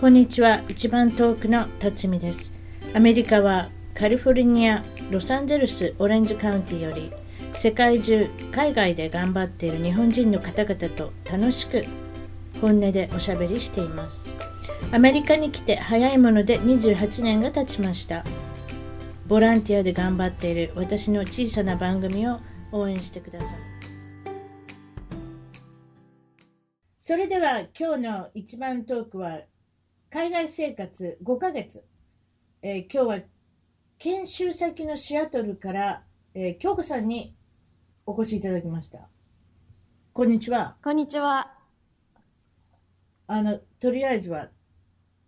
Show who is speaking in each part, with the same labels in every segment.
Speaker 1: こんにちは一番遠くの辰巳ですアメリカはカリフォルニアロサンゼルスオレンジカウンティより世界中海外で頑張っている日本人の方々と楽しく本音でおしゃべりしていますアメリカに来て早いもので28年が経ちましたボランティアで頑張っている私の小さな番組を応援してくださいそれでは今日の一番トークは海外生活5ヶ月、えー今日は研修先のシアトルから、えー京子さんにお越しいただきましたこんにちは
Speaker 2: こんにちは。
Speaker 1: あのとりあえずは、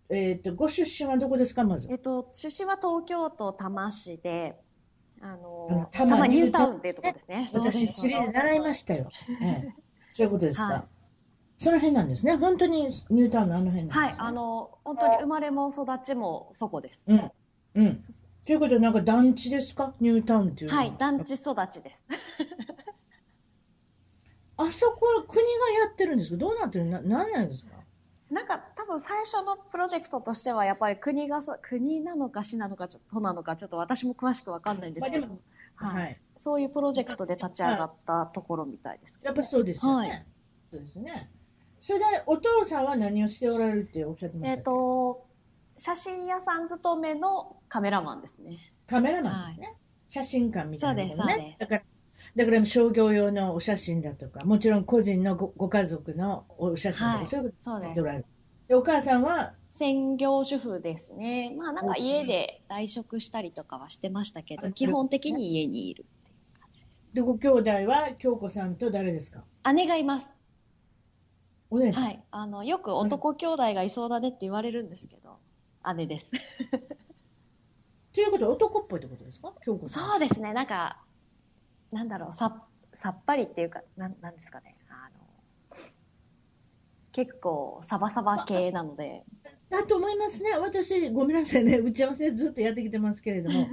Speaker 1: えー、とご出身はどこですかまず
Speaker 2: えっと、出身は東京都多摩市で、あの、
Speaker 1: あ
Speaker 2: 多
Speaker 1: の多摩
Speaker 2: 摩ニ
Speaker 1: ニュ
Speaker 2: ュ
Speaker 1: ー
Speaker 2: ー
Speaker 1: タ
Speaker 2: タ
Speaker 1: ウン
Speaker 2: ウンっていうところですね。
Speaker 1: 私地理で習いま
Speaker 2: し
Speaker 1: した よ、ええそういうことですか、
Speaker 2: はい
Speaker 1: その辺なんですね本当にニュータウンのあの辺なんです、ね、
Speaker 2: はい、あの、本当に生まれも育ちもそこです。
Speaker 1: うんうん
Speaker 2: そうそう
Speaker 1: ということでなんか団地ですかニュータウンっていうの
Speaker 2: はい、団地育ちです。
Speaker 1: あそこは国がやってるんですけどどうなってるのな何なんですか
Speaker 2: なんか多分最初のプロジェクトとしてはやっぱり国がそ国なのか市なのかちょっと都なのかちょっと私も詳しくわかんないんですけど、
Speaker 1: まあでも
Speaker 2: はい
Speaker 1: はい
Speaker 2: そういうプロジェクトで立ち上がったところみたいですけ
Speaker 1: や
Speaker 2: ど、
Speaker 1: っぱそうですよね。
Speaker 2: はい
Speaker 1: そうですね。それでお父さんは何をしておられるっておっしゃってまし
Speaker 2: え
Speaker 1: た
Speaker 2: っ、
Speaker 1: っけ、
Speaker 2: と写真屋さん勤めのカメラマンですね
Speaker 1: カメラマンですね。写真館みたいなの
Speaker 2: そうですそう
Speaker 1: ね
Speaker 2: で。
Speaker 1: だ
Speaker 2: す
Speaker 1: からだから商業用のお写真だとか、もちろん個人のごご家族のお写真とか、
Speaker 2: はい
Speaker 1: そういうこ
Speaker 2: そう
Speaker 1: とやっ
Speaker 2: です
Speaker 1: ておられる。でお母さんは、
Speaker 2: 専業主婦ですね。まあなん
Speaker 1: お
Speaker 2: か
Speaker 1: 家
Speaker 2: 家で外食したりとかはしてましたけ
Speaker 1: あ
Speaker 2: ど、基本的に家にいるっていう感じで
Speaker 1: でご兄弟は京子さんと誰ですか
Speaker 2: す。姉がいます。
Speaker 1: お姉さん。
Speaker 2: はい。あの、よく男兄弟がいそうだねって言われるんですけど、姉です。
Speaker 1: ということは男っぽいってことですか京子さん。
Speaker 2: そうですね。なんか、なんだろう、さ、さっぱりっていうか、なん、なんですかね。あの、結構サバサバ系なので、
Speaker 1: だと思いますね。私、ごめんなさいね。打ち合わせずっとやってきてますけれど も、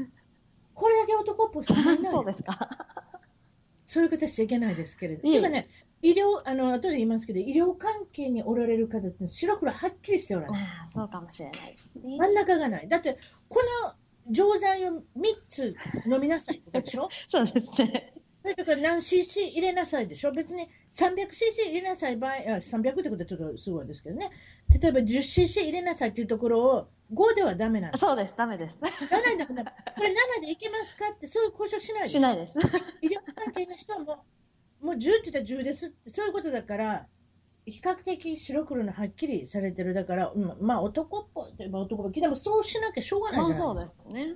Speaker 1: これだけ男っぽさみんな
Speaker 2: そうですか。
Speaker 1: そういう方しちゃいけないですけれど。
Speaker 2: い
Speaker 1: て
Speaker 2: え
Speaker 1: いうかね、医療、あの、後で言いますけど、医療関係におられる方って白黒はっきりしておられない。
Speaker 2: ああ、そうかもしれないですね。
Speaker 1: 真ん中がない。だって、この錠剤を3つ飲みなさいとかでしょ
Speaker 2: そうですね。
Speaker 1: それとか何 cc 入れなさいでしょ別に 300cc 入れなさい場合、あ300ってことはちょっとすごいですけどね。例えば 10cc 入れなさいっていうところを5ではダメなん です。
Speaker 2: そうです。ダメです。
Speaker 1: 7でもダメ。これ7でいけますかってそういう交渉しないでしょ
Speaker 2: しないです。
Speaker 1: 医療関係の人も、もう10って言ったら10ですって、そういうことだから、比較的白黒のはっきりされてる、だから、うんまあ男っぽいといえば男っぽい、でもそうしなきゃしょうがない
Speaker 2: ま
Speaker 1: じ
Speaker 2: あ
Speaker 1: ゃないう
Speaker 2: そ
Speaker 1: です
Speaker 2: で
Speaker 1: か。
Speaker 2: すね。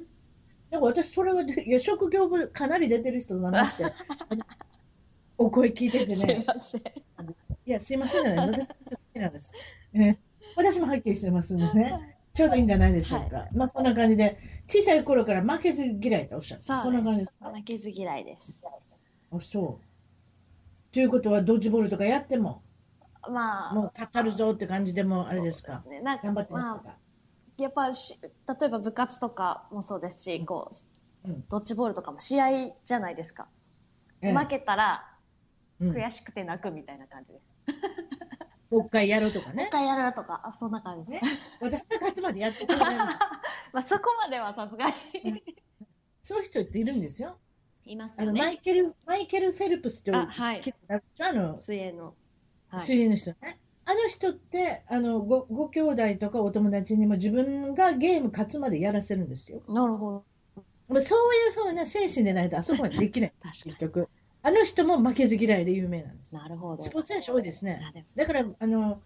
Speaker 1: だから私、それはでいや職業部かなり出てる人だな って、あのお声聞いてて
Speaker 2: すい
Speaker 1: ね、
Speaker 2: ません。
Speaker 1: いや、すいませんじゃない、私、好きなん です。ね私もはっきりしてますんでね、ちょうどいいんじゃないでしょうか。まあそんな感じで、小さい頃から負けず嫌いとおっしゃって、
Speaker 2: そうです
Speaker 1: そんな感じですか。
Speaker 2: 負けず嫌いです。
Speaker 1: あそう。ということはドッジボールとかやっても
Speaker 2: まあ、
Speaker 1: もう語るぞって感じでもあれです
Speaker 2: そう
Speaker 1: か。
Speaker 2: ね、なんか、
Speaker 1: 頑張ってます
Speaker 2: ま
Speaker 1: か。
Speaker 2: あ、やっぱし、例えば部活とかもそうですし、こう、
Speaker 1: うん
Speaker 2: ドッジボールとかも試合じゃないですか。
Speaker 1: ええ
Speaker 2: 負けたら、
Speaker 1: うん
Speaker 2: 悔しくて泣くみたいな感じです。
Speaker 1: もう一回やろうとかね
Speaker 2: 一。回やるとか、あそんな感じです。
Speaker 1: 私が勝つまでやってくれない。
Speaker 2: まあ、そこまではさすがに。
Speaker 1: そういう人っているんですよ。
Speaker 2: います
Speaker 1: あ
Speaker 2: よ
Speaker 1: のマ
Speaker 2: ね。
Speaker 1: イケルマイケルフェルプスと
Speaker 2: あ、はい。
Speaker 1: あの
Speaker 2: 水泳の。はい。
Speaker 1: 水泳の人ね。あの人ってあのごご兄弟とかお友達にも自分がゲーム勝つまでやらせるんですよ。
Speaker 2: なるほど。
Speaker 1: まあそういうふうな精神でないとあそこまでできない
Speaker 2: 確
Speaker 1: 結
Speaker 2: か
Speaker 1: 局。あの人も負けず嫌いで有名なんです
Speaker 2: に。。なるほど。
Speaker 1: スポーツ選手多いですね。
Speaker 2: あでも
Speaker 1: だからあの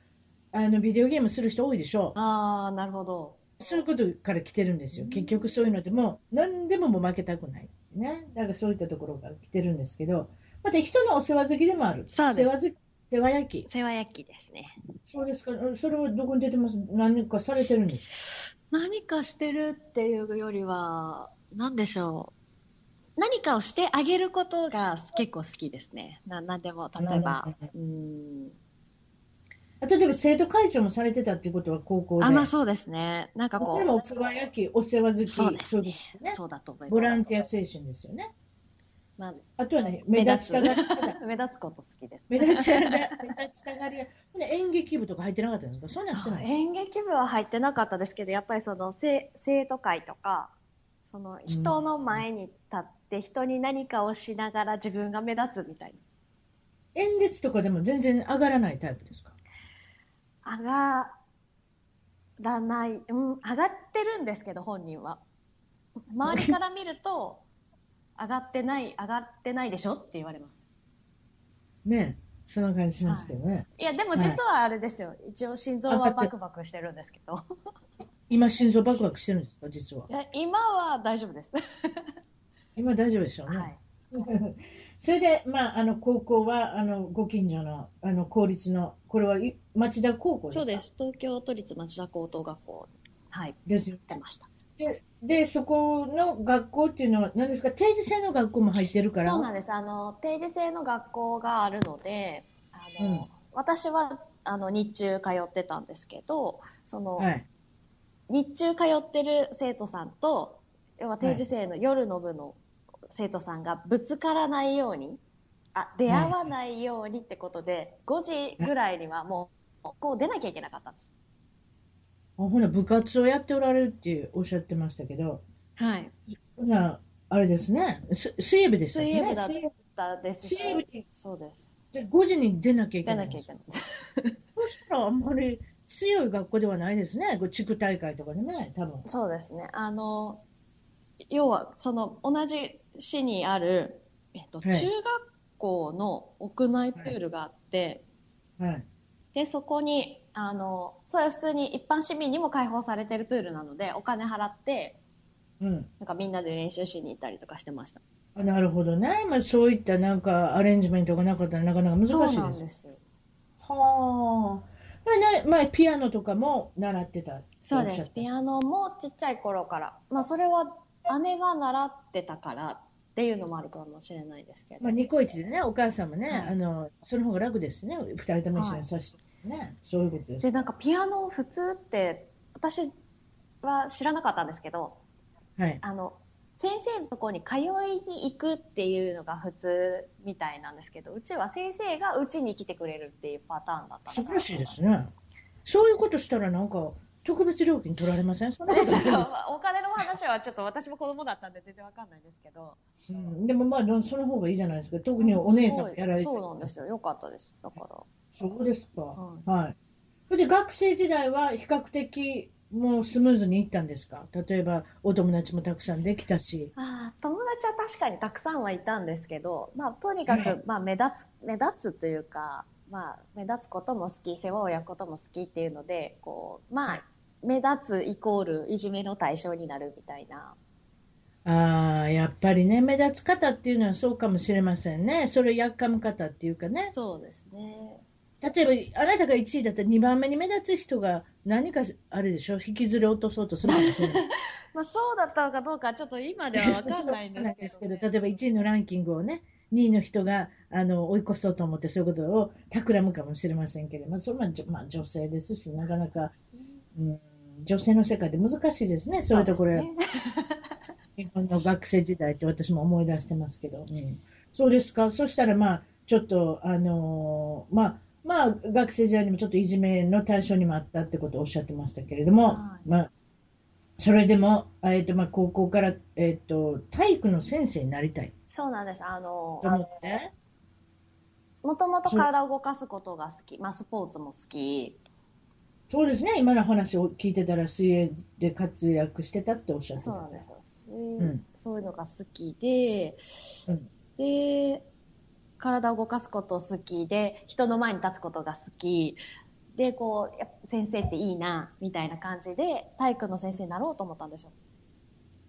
Speaker 1: あのビデオゲームする人多いでしょ
Speaker 2: あー、なるほど。
Speaker 1: う。そういうことから来てるんですよ。
Speaker 2: うん
Speaker 1: 結局そういうのでもう何でももう負けたくない。ね。だからそういったところから来てるんですけど、また人のお世話好きでもある。
Speaker 2: そうです
Speaker 1: 世話好き。世話焼き。
Speaker 2: 世話焼きですね。
Speaker 1: そうですか。それはどこに出てます何かされてるんですか
Speaker 2: 何かしてるっていうよりは、何でしょう。何かをしてあげることが結構好きですね。な何でも、例えば
Speaker 1: なるほ。
Speaker 2: うん
Speaker 1: あ例えば生徒会長もされてたっていうことは高校で。
Speaker 2: あ、まあそうですね。なんかこ
Speaker 1: そうれ、もお世話焼き、お世話好き、
Speaker 2: そうです
Speaker 1: そういうこと
Speaker 2: ね
Speaker 1: ですね。
Speaker 2: そうだと思います。
Speaker 1: ボランティア精神ですよね。
Speaker 2: なん
Speaker 1: あとはね、目
Speaker 2: 目
Speaker 1: 立ち
Speaker 2: 立つ
Speaker 1: たがり屋だ。
Speaker 2: 目立つこと好きです。
Speaker 1: 目立ちたがり 屋、目立ちたがり屋。ほんで演劇部とか入ってなかったんですかそんなんしてない。
Speaker 2: 演劇部は入ってなかったですけどやっぱりその生生徒会とかその人の前に立って人に何かをしながら自分が目立つみたい
Speaker 1: 演説とかでも全然上がらないタイプですか
Speaker 2: な上がらない、うん、上がってるんですけど本人は周りから見る と上がってない上がってないでしょって言われます
Speaker 1: ねえそんな感じしますけどね。
Speaker 2: いやでも実はあれですよ、一応心臓はバクバクしてるんですけど。
Speaker 1: 今心臓バクバクしてるんですか実はい
Speaker 2: や今は大丈夫です、
Speaker 1: 今大丈夫でしょうね。
Speaker 2: はい
Speaker 1: それで、まあ、あの、高校は、あの、ご近所の、あの、公立の、これは、い町田高校ですか
Speaker 2: そうで。す。東京都立町田高等学校。はい。
Speaker 1: ですよ
Speaker 2: 出ました。
Speaker 1: で、で、そこの学校っていうのは、何ですか、定時制の学校も入ってるから。
Speaker 2: そうなんです。あの、定時制の学校があるので、あの、
Speaker 1: うん
Speaker 2: 私は、あの、日中通ってたんですけど、その、
Speaker 1: はい。
Speaker 2: 日中通ってる生徒さんと、要は定時制の夜の部の生徒さんがぶつからないように、あ、出会わないようにってことで、5時ぐらいにはもう、こう出なきゃいけなかったんです。
Speaker 1: あほな、部活をやっておられるっておっしゃってましたけど、
Speaker 2: はい。
Speaker 1: ほな、あれですね、す水泳部でしたっけ
Speaker 2: 水泳部だっ
Speaker 1: 水泳
Speaker 2: たですし
Speaker 1: 水泳部に
Speaker 2: そうです。
Speaker 1: で5時に出なきゃいけ
Speaker 2: 出
Speaker 1: な。
Speaker 2: ないきゃいけない。
Speaker 1: そうしたら、あんまり強い学校ではないですね。こう地区大会とかでね、多分。
Speaker 2: そうですね。あの、要は、その、同じ市にある、えっと、
Speaker 1: は
Speaker 2: 中
Speaker 1: い
Speaker 2: 学校の屋内プールがあって、
Speaker 1: はい。
Speaker 2: で、そこに、あの、それは普通に一般市民にも開放されてるプールなので、お金払って、
Speaker 1: うん。
Speaker 2: なんかみんなで練習しに行ったりとかしてました。
Speaker 1: あなるほどね。まあ、そういったなんかアレンジメントがなかったらなかなか難しい
Speaker 2: そう
Speaker 1: です。
Speaker 2: なんですよ。
Speaker 1: はあ。まあ、なまあ、ピアノとかも習ってたって
Speaker 2: そうで
Speaker 1: おっしゃっ
Speaker 2: す。
Speaker 1: た
Speaker 2: ピアノもちっちゃい頃から。まあ、それは姉が習ってたからっていうのもあるかもしれないですけど。
Speaker 1: まあ、ニコイチでね、お母さんもね、
Speaker 2: はい
Speaker 1: あの、その方が楽ですね。二人とも一緒にさせて、ね。そういうことです。
Speaker 2: でなんかピアノ普通って私は知らなかったんですけど
Speaker 1: はい。
Speaker 2: あの先生のところに通いに行くっていうのが普通みたいなんですけどうちは先生がうちに来てくれるっていうパターンだった
Speaker 1: 素晴らしいですね。そういうことしたらなんか、特別料金取られませんそんな
Speaker 2: で
Speaker 1: こと
Speaker 2: ちょ
Speaker 1: ない
Speaker 2: っ
Speaker 1: です
Speaker 2: とお金の話はちょっと私も子供だったんで全然わかんないですけど
Speaker 1: うん、でもまあ、でもその方がいいじゃないですか。特にお姉さんもやられて
Speaker 2: そうなんですよよかったですだから
Speaker 1: そうですか。
Speaker 2: は
Speaker 1: はい。それで学生時代は比較的もうスムーズにいったんですか例えばお友達もたくさんできたし。
Speaker 2: あー友達は確かにたくさんはいたんですけど、まあ、とにか
Speaker 1: は
Speaker 2: く、まあ、目立つ目立つというか、まあ、目立つことも好き世話を焼くことも好きっていうのでこう、まあ、目立つイコールいじめの対象になるみたいな
Speaker 1: ああ、やっぱりね、目立つ方っていうのはそうかもしれませんね。それをやっかむ方っていうかね。
Speaker 2: そうですね
Speaker 1: 例えば、あなたが1位だったら2番目に目立つ人が何か、あれでしょ、引きずり落とそうとするかもしれない。
Speaker 2: まあ、そうだったのかどうかちょっと今では分かんないんで
Speaker 1: そう
Speaker 2: すけど,、
Speaker 1: なんですけど例えば1位のランキングをね、2位の人があの追い越そうと思って、そういうことを企むかもしれませんけれども、それは、じょまあ、女性ですし、なかなか、うん、女性の世界で難しいですね、そういうところ、
Speaker 2: そうですね
Speaker 1: 日本の学生時代って私も思い出してますけど、うんそうですか、そしたら、まあ、ちょっと、あのーまあ、まあ、学生時代にもちょっといじめの対象にもあったってことをおっしゃってましたけれども、
Speaker 2: はい
Speaker 1: まあ、それでも、えっとまあ、高校から、えっと体育の先生になりたい
Speaker 2: そうなんですあの
Speaker 1: と思って、
Speaker 2: もともと体を動かすことが好き、まあ、スポーツも好き
Speaker 1: そうですね、今の話を聞いてたら、水泳で活躍してたっておっしゃって
Speaker 2: そ
Speaker 1: た
Speaker 2: うな
Speaker 1: か
Speaker 2: ん
Speaker 1: ら
Speaker 2: で、すよ、
Speaker 1: ん
Speaker 2: そういうのが好きで、
Speaker 1: うん
Speaker 2: で体を動かすこと好きで人の前に立つことが好きでこうやっぱ先生っていいなみたいな感じで体育の先生になろうと思ったんですよ。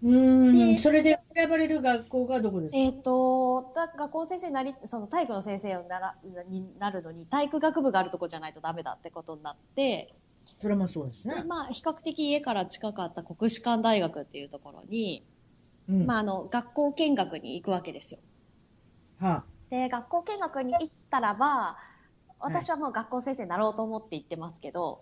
Speaker 1: うーん
Speaker 2: で
Speaker 1: それで選ばれる学校がどこですか、
Speaker 2: えっ、とだ学校の先生になりその体育の先生をならになるのに体育学部があるとこじゃないとダメだってことになって
Speaker 1: それもそうですね
Speaker 2: で、。まあ、比較的家から近かった国士舘大学っていうところに、
Speaker 1: うん
Speaker 2: まあ、あの学校見学に行くわけですよ。
Speaker 1: は
Speaker 2: で学校見学に行ったらば私はもう学校先生になろうと思って行ってますけど、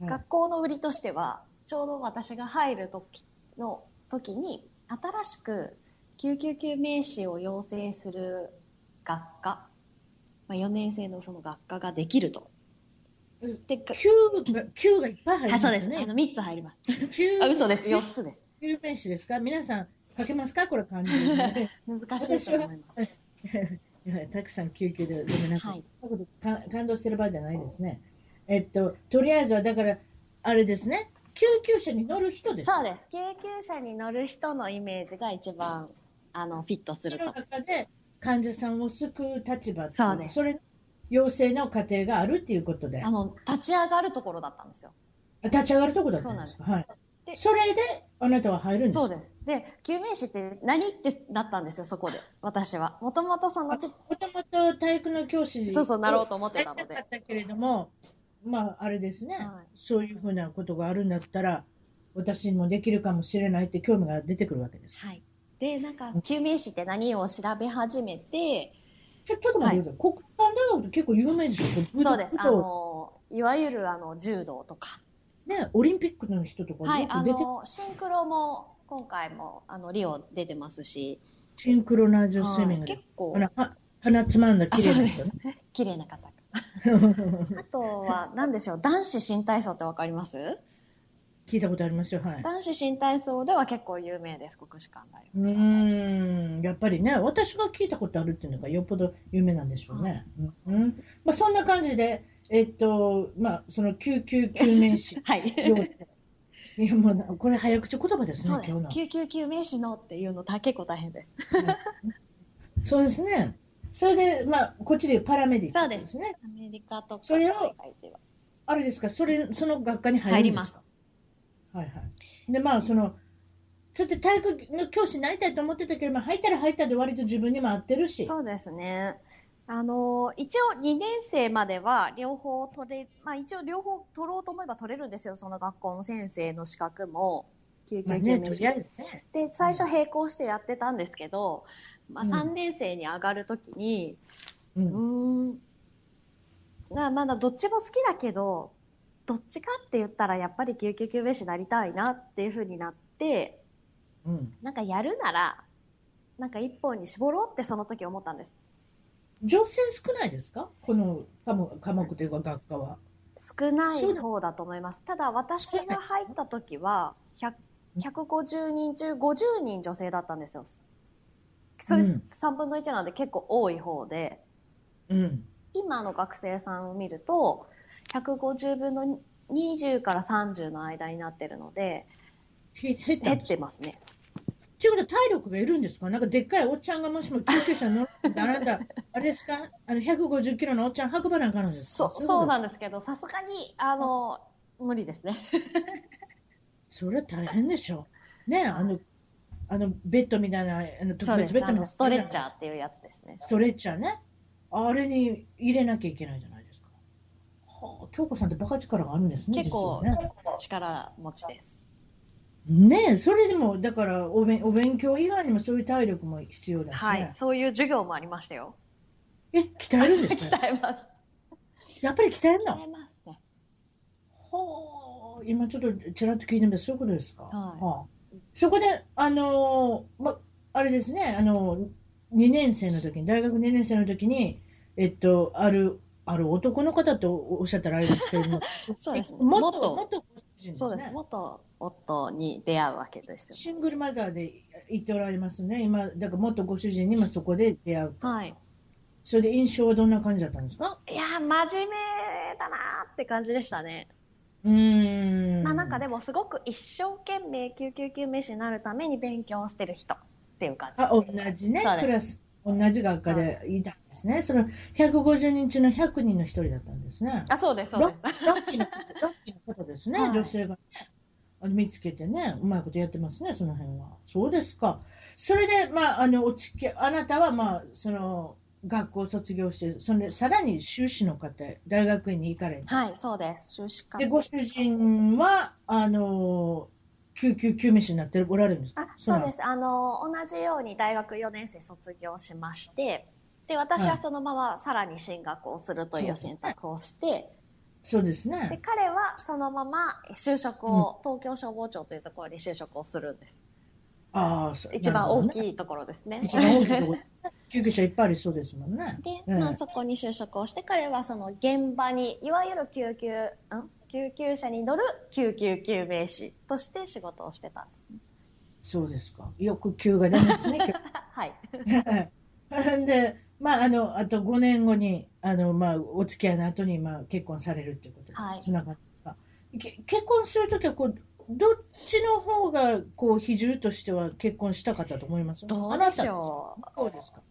Speaker 1: あはい
Speaker 2: 学校の売りとしてはちょうど私が入る時の時に新しく救急救命士を養成する学科、まあ、4年生のその学科ができると。
Speaker 1: うん
Speaker 2: で、か
Speaker 1: 九が九がいっぱい入り
Speaker 2: あ、
Speaker 1: ま
Speaker 2: そうですすね。あ
Speaker 1: ね
Speaker 2: の、。3つ入ります。
Speaker 1: 九
Speaker 2: あ、嘘です。4つ です。
Speaker 1: 救命士ですか皆さん書けますかこれ漢字で
Speaker 2: 難しいと思います。
Speaker 1: いやたくさん救急でごめんなさい、
Speaker 2: はい
Speaker 1: そういうことか感動してる場合じゃないですねえっととりあえずはだからあれですね救急車に乗る人です
Speaker 2: そうです。救急車に乗る人のイメージが一番、あの、フィットする
Speaker 1: その
Speaker 2: と。
Speaker 1: 中で患者さんを救う立場ってい
Speaker 2: そうです
Speaker 1: それ養成の過程があるっていうことで
Speaker 2: あの、立ち上がるところだったんですよ。
Speaker 1: 立ち上がるとこだったんですかはい
Speaker 2: で
Speaker 1: それであなたは入るんですか
Speaker 2: そうです。で、救命士って何ってなったんですよ、そこで。私は。もともとそのち、
Speaker 1: もともと体育の教師
Speaker 2: そうそうなろうと思
Speaker 1: 思
Speaker 2: ってたので
Speaker 1: かったけれども、まあ、あれですね、
Speaker 2: はい
Speaker 1: そういうふうなことがあるんだったら、私にもできるかもしれないって興味が出てくるわけです。
Speaker 2: はい。で、なんか、救命士って何を調べ始めて、
Speaker 1: ちょちょっと待ってください、国産大学って結構有名でしょ、
Speaker 2: そうです。
Speaker 1: 武
Speaker 2: あ
Speaker 1: 道
Speaker 2: の、いわゆるあの、柔道とか。
Speaker 1: ね、オリンピックの人とか、
Speaker 2: はい。
Speaker 1: よ
Speaker 2: あ
Speaker 1: く出て
Speaker 2: の、シンクロも、今回も、あの、リオ出てますし、
Speaker 1: シンクロナイズドスイミン
Speaker 2: は
Speaker 1: グ
Speaker 2: い
Speaker 1: です
Speaker 2: 結。構
Speaker 1: あ、のは鼻つまんだ綺麗な人ね。
Speaker 2: 綺麗な 方。あとは、何でしょう、男子新体操ってわかります
Speaker 1: 聞いたことありますよ、はい。
Speaker 2: 男子新体操では結構有名です、国士舘大。
Speaker 1: うーんやっぱりね、私が聞いたことあるっていうのがよっぽど有名なんでしょうね。うんうんまあ、そんな感じで、えっと、まあ、その救急救命士
Speaker 2: はい。
Speaker 1: 要いや、もうな、これ早口言葉ですね
Speaker 2: そう、で
Speaker 1: 今
Speaker 2: す。
Speaker 1: 日
Speaker 2: 救急救命士のっていうのだ結構大変です。
Speaker 1: の。そうですね。それで、まあ、こっちで言うパラメディッ
Speaker 2: そう
Speaker 1: ク
Speaker 2: で
Speaker 1: ですすね。
Speaker 2: アメリカとか
Speaker 1: それを
Speaker 2: 海外では
Speaker 1: あれですか、それ、その学科に
Speaker 2: 入
Speaker 1: 入
Speaker 2: り
Speaker 1: るんで
Speaker 2: ますす
Speaker 1: か。。はいはい。で、まあ、その、それって体育の教師になりたいと思ってたけれども、入ったら入ったで割と自分にも合ってるし。
Speaker 2: そうですね。あの一応2年生までは両方取れ、まあ、一応両方取ろうと思えば取れるんですよ、その学校の先生の資格も救
Speaker 1: まあ
Speaker 2: 急
Speaker 1: ね、と
Speaker 2: 救命士
Speaker 1: り
Speaker 2: も
Speaker 1: あえずね。
Speaker 2: で最初、並行してやってたんですけど、まあ、
Speaker 1: うん
Speaker 2: 3年生に上がるときに、
Speaker 1: う。
Speaker 2: うんーんなまだどっちも好きだけどどっちかって言ったらやっぱり救急救命士になりたいなっていうふうになって
Speaker 1: うん。
Speaker 2: なんかやるならなんか一本に絞ろうってその時思ったんです
Speaker 1: 女性少ないですかこの科目科目というか学科は。
Speaker 2: 少ない方だと思いますただ私が入った時は100 150人中50人女性だったんですよそれ
Speaker 1: うん
Speaker 2: 3分の1なんで結構多い方で、
Speaker 1: うん。
Speaker 2: 今の学生さんを見ると150分の20から30の間になってるので
Speaker 1: 減った
Speaker 2: 減
Speaker 1: ん
Speaker 2: っ
Speaker 1: です
Speaker 2: て
Speaker 1: か
Speaker 2: ますね
Speaker 1: ということは体力がいるんですかなんかでっかいおっちゃんがもしも救急車に乗るんだあなた、あれですかあの、150キロのおっちゃん運ばなんかなんです
Speaker 2: そ
Speaker 1: か
Speaker 2: うそう
Speaker 1: だ。
Speaker 2: なんですけどさすがにあの無理ですね
Speaker 1: それは大変でしょ。ねあの、あの、ベッドみたいな、あの、
Speaker 2: そ
Speaker 1: 特
Speaker 2: うで
Speaker 1: 別
Speaker 2: す
Speaker 1: ベッドみた
Speaker 2: あ
Speaker 1: いな。
Speaker 2: のストレッチャーっていうやつですね
Speaker 1: ストレッチャーね。あれに入れなきゃいけないじゃないですか。はあ、京子さんってバカ力があるんですね。
Speaker 2: 結構
Speaker 1: 実はね
Speaker 2: 力持ちです
Speaker 1: ねえ、それでも、だからお勉、お勉強以外にもそういう体力も必要だし、ね。
Speaker 2: はいそういう授業もありましたよ
Speaker 1: え、鍛えるんですか
Speaker 2: 鍛えます
Speaker 1: やっぱり鍛える
Speaker 2: 鍛
Speaker 1: の
Speaker 2: えますね
Speaker 1: ほう今ちょっとちらっと聞いてみたらそういうことですか。
Speaker 2: はい
Speaker 1: あそこで、あのーま、あれですね、あの2年生の時に、大学2年生の時に、えっと、ある、ある男の方とおおっしゃったらあれですけれども、
Speaker 2: そうですね
Speaker 1: 元、
Speaker 2: 元
Speaker 1: 元ご主人です
Speaker 2: そう
Speaker 1: ね
Speaker 2: です。元夫に出会うわけです
Speaker 1: シングルマザーでいておられますね。今、だから元ご主人に今そこで出会う。
Speaker 2: よはい
Speaker 1: それで印象はどんな感じだったんですか
Speaker 2: いやー真面目だなーって感じでしたね
Speaker 1: うーん。
Speaker 2: まあなんかでもすごく一生懸命救急救命士になるために勉強してる人っていう感じ。
Speaker 1: あ、同じね
Speaker 2: そうで、
Speaker 1: ク
Speaker 2: す
Speaker 1: ラス、同じ学科でいたんですね。その150人中の100人の一人だったんです ね。
Speaker 2: あ、そうです、そう
Speaker 1: ラ
Speaker 2: で
Speaker 1: ッ
Speaker 2: す。
Speaker 1: ラッキーなラッキーなことですね、
Speaker 2: はい
Speaker 1: 女性がね。あの見つけてね、うまいことやってますね、その辺は。そうですか。それで、まあ、あの、お付き合い、あなたは、まあ、その、学校を卒業して、それで、さらに修士の方、大学院に行かれて。
Speaker 2: はい、そうです。修士課
Speaker 1: で、ご主人は、あの、救急救命士になっておられるんですか。
Speaker 2: あ、そうですす。あの、同じように大学4年生卒業しまして、で、私
Speaker 1: は
Speaker 2: はいそのままさらに進学をするという選択をして、
Speaker 1: そうですね。
Speaker 2: で、彼はそのまま就職を、東京消防庁というところに就職をするんです。
Speaker 1: ああ、そう
Speaker 2: 一番大き
Speaker 1: い。
Speaker 2: いところですね。
Speaker 1: 一番大きいとこ、救急車いっぱいありそうですもんね。
Speaker 2: で、
Speaker 1: うん
Speaker 2: まあ、そこに就職をして彼はその現場にいわゆる救急ん救急車に乗る救急救命士として仕事をしてたんですね。
Speaker 1: そうですか。よく急が出ます ね、
Speaker 2: はい、
Speaker 1: はいで、まあ、あの、あと5年後に、あの、まあ、お付き合いの後に、まあ、結婚されるっていうことで、
Speaker 2: はい
Speaker 1: そんな感じですか。け結婚するときは、こう、どっちの方が、こう、比重としては結婚したかったと思います
Speaker 2: どうでし
Speaker 1: あなたですか
Speaker 2: ょう。
Speaker 1: そうですか。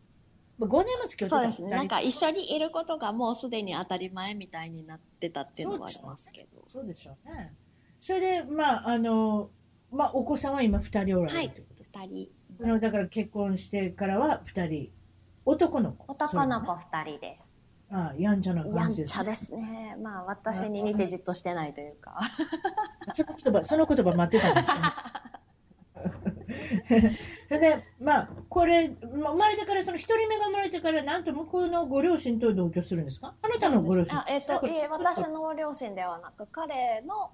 Speaker 1: まあ5年も付き合
Speaker 2: そう
Speaker 1: っ
Speaker 2: で
Speaker 1: て
Speaker 2: す
Speaker 1: た
Speaker 2: ね。なんか一緒にいることがもうすでに当たり前みたいになってたっていうのはありますけど。
Speaker 1: そうでしょうね。それで、まあ、あの、まあ、お子さんは今2人おられるということで、
Speaker 2: 二人。
Speaker 1: そのだから結婚してからは2人、男の子。
Speaker 2: 男の
Speaker 1: それも
Speaker 2: 子
Speaker 1: ね
Speaker 2: 二人です。
Speaker 1: ああ、やんちゃな
Speaker 2: や
Speaker 1: 感
Speaker 2: ん
Speaker 1: じですね。
Speaker 2: ちゃですね。まあ私に似てじっとしてないというか。
Speaker 1: その言葉、その言葉待ってたん ですよね。で、まあ、これ、まあ生まれてから、その一人目が生まれてから、なんと向こうのご両親と同居するんですかあなたのご両親。
Speaker 2: あ、えっ、と、いえ、私の両親ではなく、彼の、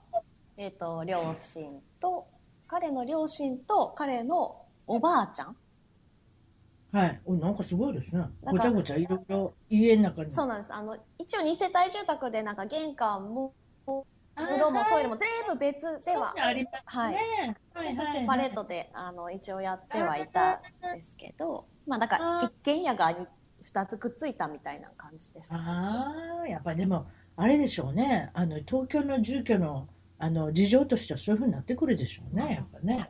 Speaker 2: えっ、と、両親と、彼の両親と、彼のおばあちゃん。
Speaker 1: はい。おなんかすごいですね。
Speaker 2: なんか
Speaker 1: ごちゃごちゃいろいろ家の中に。
Speaker 2: そうなんです。あの、一応二世帯住宅で、なんか玄関も、風呂もトイレも全部別で
Speaker 1: そういう
Speaker 2: は、
Speaker 1: のありますね。は
Speaker 2: 全部セパレートで、あの、一応やってはいたんですけど、まあ、だから、一軒家がに二つくっついたみたいな感じです。
Speaker 1: ああ、やっぱりでも、あれでしょうね。あの、東京の住居の、あの、事情としてはそういうふうになってくるでしょうね。やっぱね。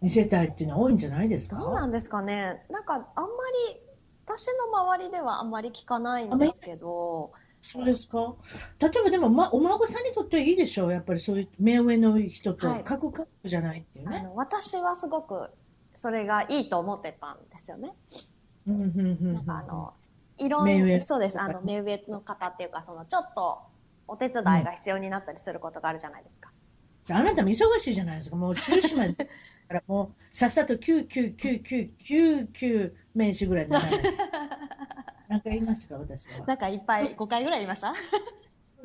Speaker 1: 二世帯っていうのは多いんじゃないですか
Speaker 2: どうなんですかね。なんか、あんまり、私の周りではあんまり聞かないんですけど、
Speaker 1: そうですか。例えばでも、ま、お孫さんにとってはいいでしょう。やっぱりそういう目上の人と
Speaker 2: はい
Speaker 1: 核家族じゃないっていう
Speaker 2: あ
Speaker 1: ね。
Speaker 2: の私はすごくそれがいいと思ってたんですよね。
Speaker 1: うんうんうんうん
Speaker 2: なんかあの、いろ
Speaker 1: 目上
Speaker 2: んそうです。あの、目上の方っていうか、その、ちょっと、お手伝いが必要になったりすることがあるじゃないですか。
Speaker 1: あなたも忙しいじゃないですか。もう終始までだからもうさっさと九九九九九九名詞ぐらいにならない。なんか言いますか私は。
Speaker 2: なんかいっぱい、5回ぐらい言いました
Speaker 1: そ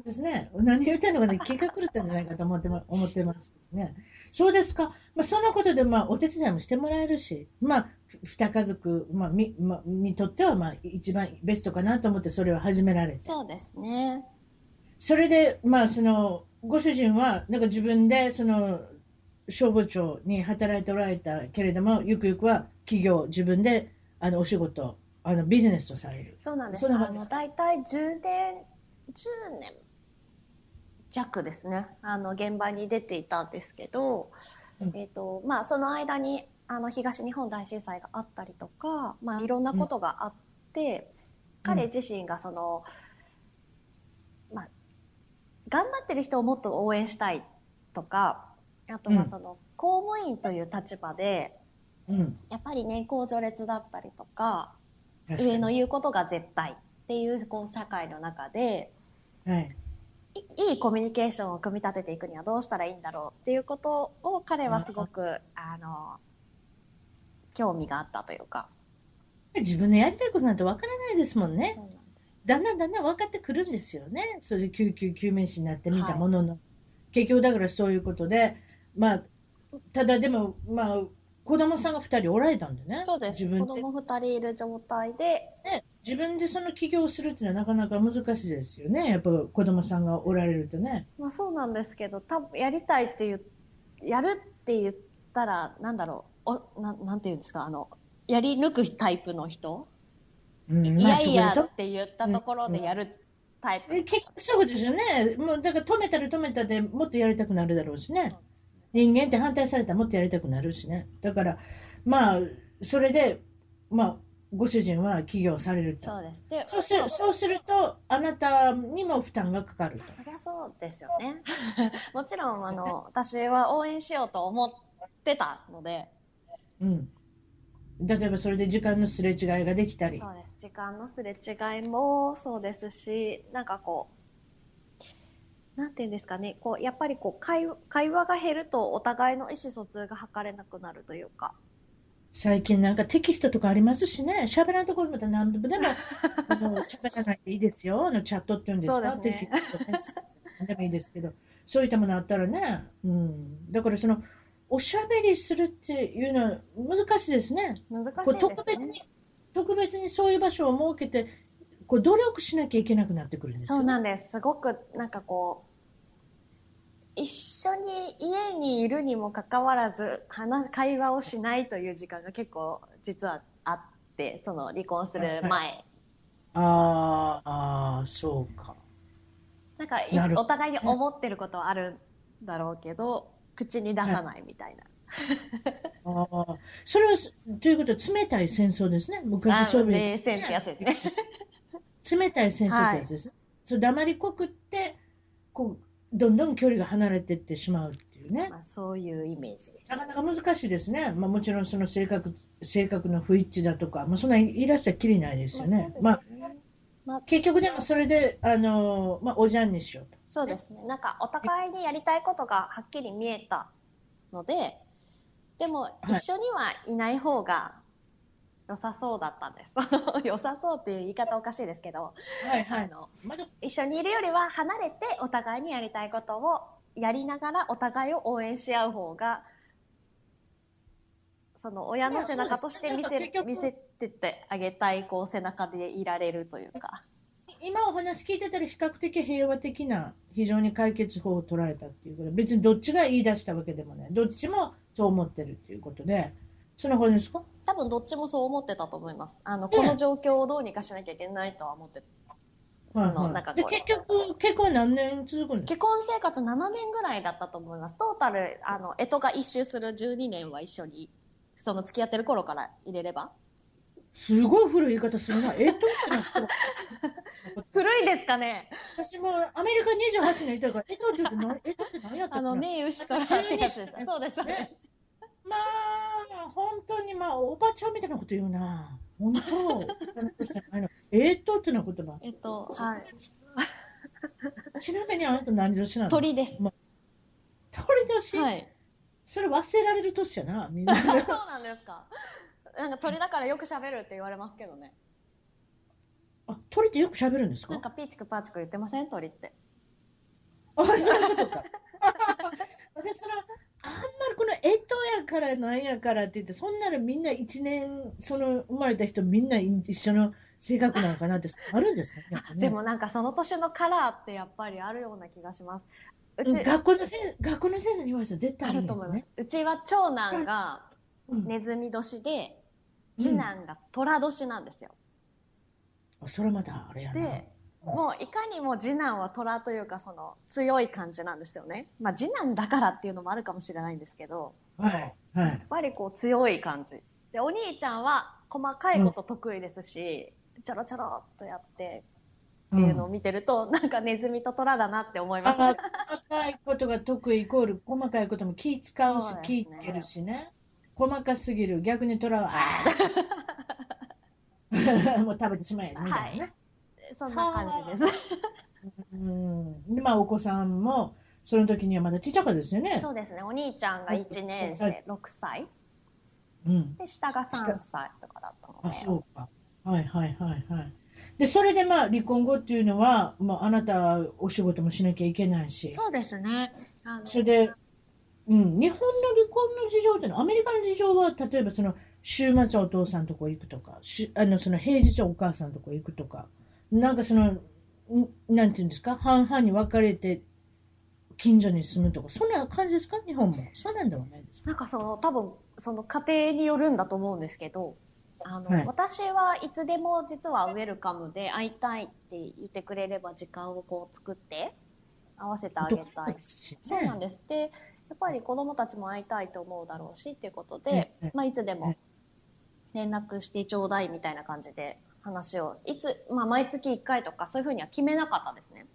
Speaker 1: うですね。何言ってんのか ね、気が狂ったんじゃないかと思ってま思ってますけどね。そうですか。まあ、そんなことで、まあ、お手伝いもしてもらえるし、まあ、ふ二家族、まあ、み、まあ、にとっては、まあ、一番ベストかなと思って、それを始められて。
Speaker 2: そうですね。
Speaker 1: それで、まあ、その、ご主人は、なんか自分で、その、消防庁に働いておられたけれども、ゆくゆくは企業、自分で、あの、お仕事、あの、ビジネスをされる。
Speaker 2: そうなんです。
Speaker 1: そんな
Speaker 2: あ
Speaker 1: 感じで
Speaker 2: の、
Speaker 1: すか
Speaker 2: 大体10年、10年弱ですね。あの、現場に出ていたんですけど、
Speaker 1: うん
Speaker 2: えっ、と、まあ、その間に、あの、東日本大震災があったりとか、まあ、いろんなことがあって、彼自身がその、まあ、頑張ってる人をもっと応援したいとか、あと
Speaker 1: う
Speaker 2: は
Speaker 1: ん
Speaker 2: その、公務員という立場で、
Speaker 1: うん。
Speaker 2: やっぱり年功序列だったりとか、
Speaker 1: 確かに
Speaker 2: 上の言うことが絶対っていうこう社会の中で
Speaker 1: はい。
Speaker 2: いいいコミュニケーションを組み立てていくにはどうしたらいいんだろうっていうことを彼はすごくあの興味があったというか
Speaker 1: 自分のやりたいことなんてわからないですもんね
Speaker 2: そう。なんです
Speaker 1: だんだんだんだん分かってくるんですよね。それで救急救命士になってみたものの、結局だからそういうことで、まあ、ただでも、まあ、子供さんが2人おられたんでね。
Speaker 2: そうです
Speaker 1: 自分
Speaker 2: 子
Speaker 1: で、
Speaker 2: 供2人いる状態で
Speaker 1: ね、自分でその起業をするっていうのはなかなか難しいですよね。やっぱ子供さんがおられるとね。
Speaker 2: まあそうなんですけど多分やりたいっていうやるって言ったらなんだろうおななんていうんですかあのやり抜くタイプの人
Speaker 1: うん
Speaker 2: い
Speaker 1: まあ
Speaker 2: やいや
Speaker 1: そこ
Speaker 2: っ
Speaker 1: でと
Speaker 2: て言ったところでやるタイプ
Speaker 1: え結局そういうことですよね。もうだから止めたら止めたでもっとやりたくなるだろうしね。
Speaker 2: そうですね
Speaker 1: 人間って反対されたらもっとやりたくなるしねだからまあそれでまあご主人は起業されると
Speaker 2: そうです。で、
Speaker 1: そうするそうするとあなたにも負担がかかる
Speaker 2: まあ
Speaker 1: と
Speaker 2: そりゃそうですよね。 もちろん、
Speaker 1: そうで
Speaker 2: あ
Speaker 1: すよね
Speaker 2: の、私は応援しようと思ってたので、
Speaker 1: うん例えばそれで時間のすれ違いができたり
Speaker 2: そうです。時間のすれ違いもそうですし、なんかこう、なんていうんですかね、こう、やっぱりこう、会会話が減るとお互いの意思疎通が図れなくなるというか、
Speaker 1: 最近なんかテキストとかありますしね喋らんところまた何でも でもあの喋らないでいいですよあのチャットっていうんですか
Speaker 2: そうですね
Speaker 1: テキストです何でもいいですけどそういったものあったらね、うん、だからそのおしゃべりするっていうのは難しいですね。
Speaker 2: 難しい
Speaker 1: こう
Speaker 2: で
Speaker 1: 特
Speaker 2: す
Speaker 1: 別
Speaker 2: よね
Speaker 1: に、特別にそういう場所を設けて、こう努力しなきゃいけなくなってくるんですよ。
Speaker 2: そうなんです。すごく、なんかこう、一緒に家にいるにもかかわらず、話、会話をしないという時間が結構実はあって、その離婚する
Speaker 1: は
Speaker 2: 前。
Speaker 1: あーあー、そうか。
Speaker 2: なんかい
Speaker 1: なるほど
Speaker 2: お互いに思ってることはあるんだろうけど、口に出さないみたいな。
Speaker 1: あーそれはす、ということは冷たい戦争ですね。昔
Speaker 2: あ
Speaker 1: ソビエ
Speaker 2: 冷戦ってやつですね。
Speaker 1: ト。冷たい戦争ってやつですね。そう黙りこくって、こう、どんどん距離が離れてってしまうっていうね。
Speaker 2: まあ、そういうイメージです
Speaker 1: な。かなか難しいですね。まあもちろんその性格、性格の不一致だとか、もうそんな言い出したらきりないですよね。ま
Speaker 2: まあ
Speaker 1: あ
Speaker 2: そうですよねまあ、
Speaker 1: 結局でもそれで、あのーまあおじゃんにしようと。
Speaker 2: そうですね。なんか、お互いにやりたいことがはっきり見えたので、でも、
Speaker 1: い
Speaker 2: 一緒にはいない方が良さそうだったんです。 良さそうっていう言い方おかしいですけど、
Speaker 1: はい
Speaker 2: あ。の、
Speaker 1: まだ、
Speaker 2: 一緒にいるよりは離れてお互いにやりたいことをやりながらお互いを応援し合う方が、その親の背中として見
Speaker 1: いやそう
Speaker 2: せ
Speaker 1: ですねなんか結局
Speaker 2: 見せてってあげたい、こう背中でいられるというか。
Speaker 1: 今お話聞いてたら比較的平和的な、非常に解決法を取られたっていうことで、別にどっちが言い出したわけでもない。どっちもそう思ってるっていうことで、その方ですか
Speaker 2: 多分どっちもそう思ってたと思います。あの、
Speaker 1: ね
Speaker 2: この状況をどうにかしなきゃいけないとは思って、そのなんか
Speaker 1: で
Speaker 2: こう
Speaker 1: 結局、結婚何年続くんです
Speaker 2: 結婚生活7年ぐらいだったと思います。トータル、あの、えとが一周する12年は一緒に、その付き合ってる頃から入れれば。
Speaker 1: かすごい古い言い方するな。えっと ってなったら
Speaker 2: 古いですかね
Speaker 1: 私もアメリカ28年いたから、えっとって何えっとって何やった
Speaker 2: あ
Speaker 1: っけな
Speaker 2: の、名牛からってやつです。そうですね。
Speaker 1: ねまあ、本当に、まあ、おばちゃんみたいなこと言うな。本 当。しかないのえっとってな言葉。
Speaker 2: えっと、はい。
Speaker 1: ちなみにあなた何年なんですか
Speaker 2: 鳥です。
Speaker 1: 鳥年、
Speaker 2: はい。
Speaker 1: それ忘れられる年やな、 みんな。
Speaker 2: あそうなんですか。なんか鳥だからよく喋るって言われますけどね。
Speaker 1: あ鳥ってよく喋るんですか
Speaker 2: なんかピーチクパーチク言ってません鳥って。
Speaker 1: あ、そういうことか。 私そのあんまりこのえとやからなんやからって言って、そんなのみんな一年、その生まれた人みんな一緒の性格なのかなって、あるんですかねやっぱね
Speaker 2: でもなんかその年のカラーってやっぱりあるような気がします。う
Speaker 1: う
Speaker 2: ち、
Speaker 1: ん学校の先生、学校の先生に言われたら絶対
Speaker 2: あ
Speaker 1: ある
Speaker 2: る
Speaker 1: よ
Speaker 2: と思いま
Speaker 1: ね
Speaker 2: す。。うちは長男が
Speaker 1: うん
Speaker 2: ネズミ年で、
Speaker 1: うん
Speaker 2: 次男が虎年なんですよ。
Speaker 1: あそれまだあれやな。
Speaker 2: で、もういかにも次男は虎というかその強い感じなんですよね。まあ次男だからっていうのもあるかもしれないんですけど、
Speaker 1: はい、はい
Speaker 2: やっ。ぱりこう強い感じ。で、お兄ちゃんは細かいこと得意ですし、ちょろちょろっとやってっていうのを見てると、なんかネズミと虎だなって思います。
Speaker 1: あ細かいことが得意イコール細かいことも気使うし
Speaker 2: そうですね
Speaker 1: 気つけるしね細かすぎる逆に虎はあ ー もう食べてしまえみたいなね、
Speaker 2: そんな感じです。
Speaker 1: うんでまあお子さんもその時にはまだちっちゃかったですよね
Speaker 2: そうですね。お兄ちゃんが1年生、6歳。
Speaker 1: うん
Speaker 2: で、下が3歳とかだったので。
Speaker 1: あそうかはいはいはいはいでそれでまあ離婚後っていうのは、まあ、あなたお仕事もしなきゃいけないし
Speaker 2: そうですね。あの
Speaker 1: それで、うん、日本の離婚の事情っていうのは、アメリカの事情は、例えばその週末はお父さんとこ行くとか、しあのその平日はお母さんとこ行くとか、なんかその、んなんていうんですか、半々に分かれて、近所に住むとか、そんな感じですか、日本も。そうなんではないですか。
Speaker 2: なんかその、多分、その家庭によるんだと思うんですけど、あの、
Speaker 1: はい
Speaker 2: 私はいつでも実はウェルカムで会いたいって言ってくれれば時間をこう作って、合わせてあげた
Speaker 1: 男
Speaker 2: い
Speaker 1: で。すし
Speaker 2: そう
Speaker 1: ね
Speaker 2: なんです。で、やっぱり子供たちも会いたいと思うだろうしっていうことで
Speaker 1: うんうん、
Speaker 2: まあいつで
Speaker 1: う
Speaker 2: も
Speaker 1: ん
Speaker 2: 連絡してちょうだいみたいな感じで話を、いつ、まあ毎月1回とかそういうふうには決めなかったですね。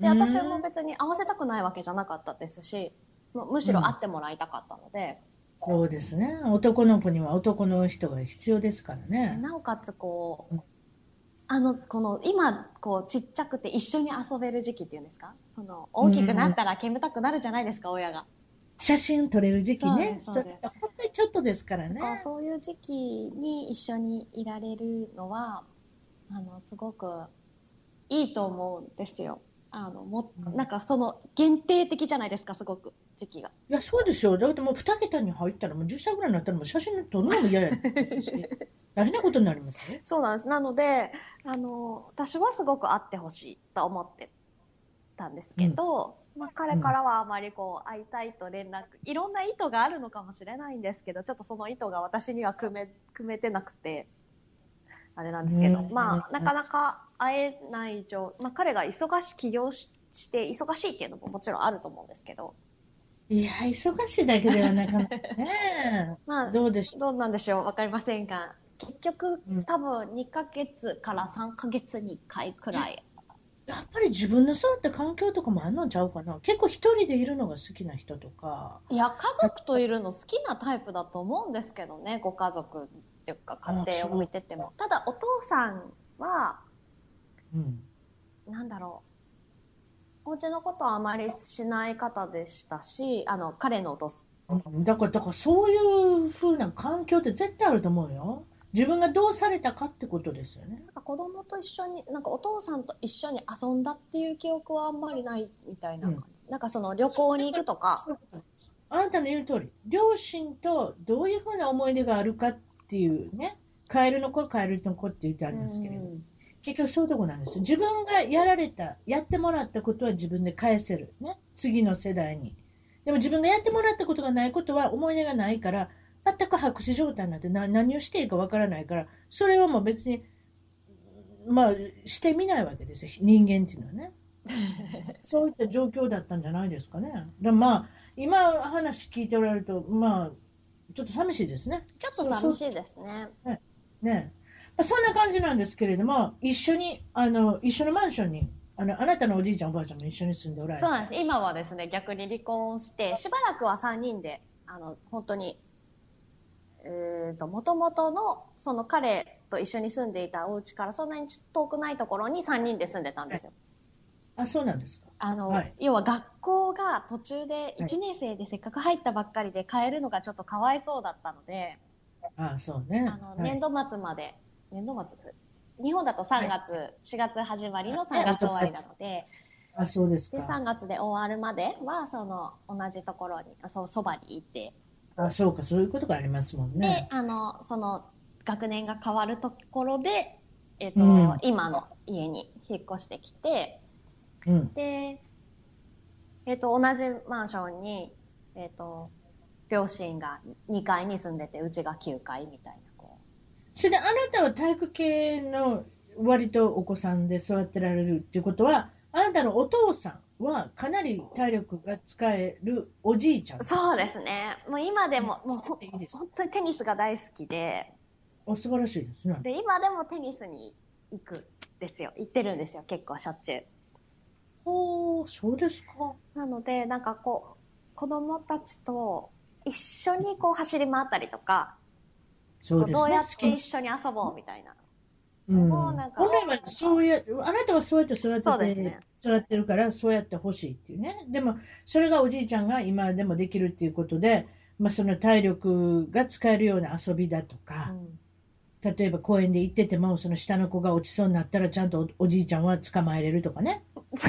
Speaker 2: で、
Speaker 1: うん
Speaker 2: 私も別に会わせたくないわけじゃなかったですし、むむしろ会ってもらいたかったので、
Speaker 1: そうですね。男の子には男の人が必要ですからね。
Speaker 2: なおかつこ
Speaker 1: うん
Speaker 2: う、あの、この今、こうちっちゃくて一緒に遊べる時期っていうんですかその、大きくなったら煙たくなるじゃないですか、親が。
Speaker 1: 写真撮れる時期ね。
Speaker 2: そ
Speaker 1: そう
Speaker 2: ですそ
Speaker 1: れ
Speaker 2: うです
Speaker 1: って本当にちょっとですからね。
Speaker 2: なんかそういう時期に一緒にいられるのはあのすごくいいと思うんですよあのも
Speaker 1: うん
Speaker 2: なんかその限定的じゃないですかすごく時期が。
Speaker 1: いや、そうですよ。だってもう2桁に入ったら、もう10歳ぐらいになったら、もう写真撮るのも 嫌や。そして大変なことになりますね。
Speaker 2: そうなんです。なので、あの、私はすごく会ってほしいと思ってたんですけど、まあ彼からはあまりこう、会いたいと連絡、いろんな意図があるのかもしれないんですけど、ちょっとその意図が私には組め、組めてなくて、あれなんですけど、
Speaker 1: うん
Speaker 2: まあ、なかなか会えない状、まあ彼が忙し、起業しして忙しいっていうのももちろんあると思うんですけど、
Speaker 1: いや、忙しいだけではなかなか ね。
Speaker 2: まあ、
Speaker 1: どうでしょ
Speaker 2: どうなんでしょうわかりませんが、結局
Speaker 1: うん、
Speaker 2: 多分2ヶ月から3ヶ月に1回くらい。
Speaker 1: う。やっぱり自分のそうって環境とかもあんのんちゃうかな。結構一人でいるのが好きな人とか。
Speaker 2: いや、家族といるの好きなタイプだと思うんですけどね、ご家族っていうか家
Speaker 1: あそ
Speaker 2: 庭
Speaker 1: う
Speaker 2: を見てても。ただ、お父さんは、
Speaker 1: うん。
Speaker 2: なんだろう。お家のことはあまりしない方でしたし、あの、彼のお父さん。
Speaker 1: だから、だからそういう風な環境って絶対あると思うよ。自分がどうされたかってことですよね。
Speaker 2: なんか子供と一緒に、なんかお父さんと一緒に遊んだっていう記憶はあんまりないみたいな感じ。なんかその旅行に行くとか、
Speaker 1: あなたの言う通り、両親とどういう風な思い出があるかっていうね、カエルの子、カエルの子って言ってありますけれど、
Speaker 2: うん
Speaker 1: 結局そういうとこなんですよ。自分がやられた、やってもらったことは自分で返せる。ね。次の世代に。でも自分がやってもらったことがないことは思い出がないから、全く白紙状態になってな何をしていいかわからないから、それはもう別に、まあ、してみないわけですよ。人間っていうのはね。そういった状況だったんじゃないですかね。でまあ、今話聞いておられると、まあ、ちょっと寂しいですね。
Speaker 2: ちょっと寂しいですね。
Speaker 1: ねまあそんな感じなんですけれども、一緒に、あの、一緒のマンションに、あの、あなたのおじいちゃんおばあちゃんも一緒に住んでおられる
Speaker 2: そう。なんです。今はですね、逆に離婚して、しばらくは3人で、あの、本当に、えっ、と、元々の、その彼と一緒に住んでいたお家からそんなに遠くないところに3人で住んでたんですよ。
Speaker 1: あ、そうなんですか。
Speaker 2: あの、
Speaker 1: はい
Speaker 2: 要は学校が途中で1年生でせっかく入ったばっかりで変えるのがちょっとかわいそうだったので、
Speaker 1: あ、そうね。
Speaker 2: あの、
Speaker 1: はい
Speaker 2: 年度末まで、年度末日本だと3月、4月始まりの3月終わりなので、
Speaker 1: あ、そうです
Speaker 2: で、
Speaker 1: か。
Speaker 2: 3月で終わるまでは、その、同じところに、そう、そばにいて、
Speaker 1: あ、そうか、そういうことがありますもん
Speaker 2: で、
Speaker 1: ね。
Speaker 2: あの、その、学年が変わるところで、えっ、と、
Speaker 1: うん
Speaker 2: 今の家に引っ越してきて、
Speaker 1: うん。
Speaker 2: で、えっ、と、同じマンションに、えっ、と、両親が2階に住んでて、うちが9階みたいな、こ
Speaker 1: それで、あなたは体育系の割とお子さんで育てられるっていうことは、あなたのお父さんはかなり体力が使えるおじいちゃん。
Speaker 2: う。そうですね。もう今でも、もうほん
Speaker 1: いいです
Speaker 2: 本当にテニスが大好きで、
Speaker 1: お、素晴らしいですね。
Speaker 2: で、今でもテニスに行くんですよ。行ってるんですよ、結構しょっちゅう。
Speaker 1: おー、そうですか。
Speaker 2: なので、なんかこう、子供たちと一緒にこう走り回ったりとか、
Speaker 1: そうですね。
Speaker 2: どうやっ
Speaker 1: 好き
Speaker 2: て
Speaker 1: に
Speaker 2: 一緒に遊ぼうみたいな。
Speaker 1: うん
Speaker 2: もうなんか
Speaker 1: 本来はそうや、あなたはそうやって育
Speaker 2: そう
Speaker 1: てて、
Speaker 2: ですね
Speaker 1: 育ってるから、そうやってほしいっていうね。でも、それがおじいちゃんが今でもできるっていうことで、まあ、その体力が使えるような遊びだとか、例えば公園で行ってても、その下の子が落ちそうになったら、ちゃんとおおじいちゃんは捕まえれるとかね。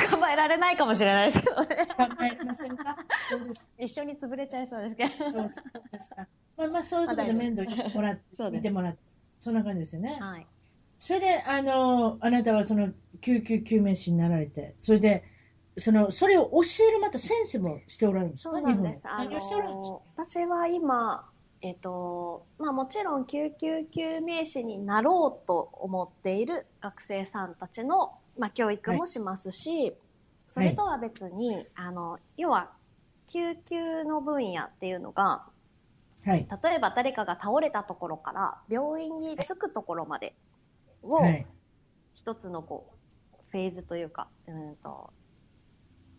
Speaker 2: 捕まえられないかもしれないですけど ね。
Speaker 1: 捕まえれません かそうです。
Speaker 2: 一緒に潰れちゃいそうですけど。
Speaker 1: そうそうですか。まあまあ、そういうことで面倒見てもらっ
Speaker 2: そう
Speaker 1: て、
Speaker 2: です
Speaker 1: 見てもらって、そんな感じですよね。
Speaker 2: はい。
Speaker 1: それで、あの、あなたはその救急救命士になられて、それで、その、それを教えるまた先生もしておられるんです
Speaker 2: そ
Speaker 1: か
Speaker 2: うなんです。
Speaker 1: 日
Speaker 2: あ
Speaker 1: 本何をしておられるんですか
Speaker 2: の、私は今、えっと、まあもちろん救急救命士になろうと思っている学生さんたちの、まあ教育もしますし、それとは別に、あの、要は、救急の分野っていうのが、
Speaker 1: はい。
Speaker 2: 例えば誰かが倒れたところから病院に着くところまでを
Speaker 1: はい。
Speaker 2: 一つのこうフェーズというか、うーんと、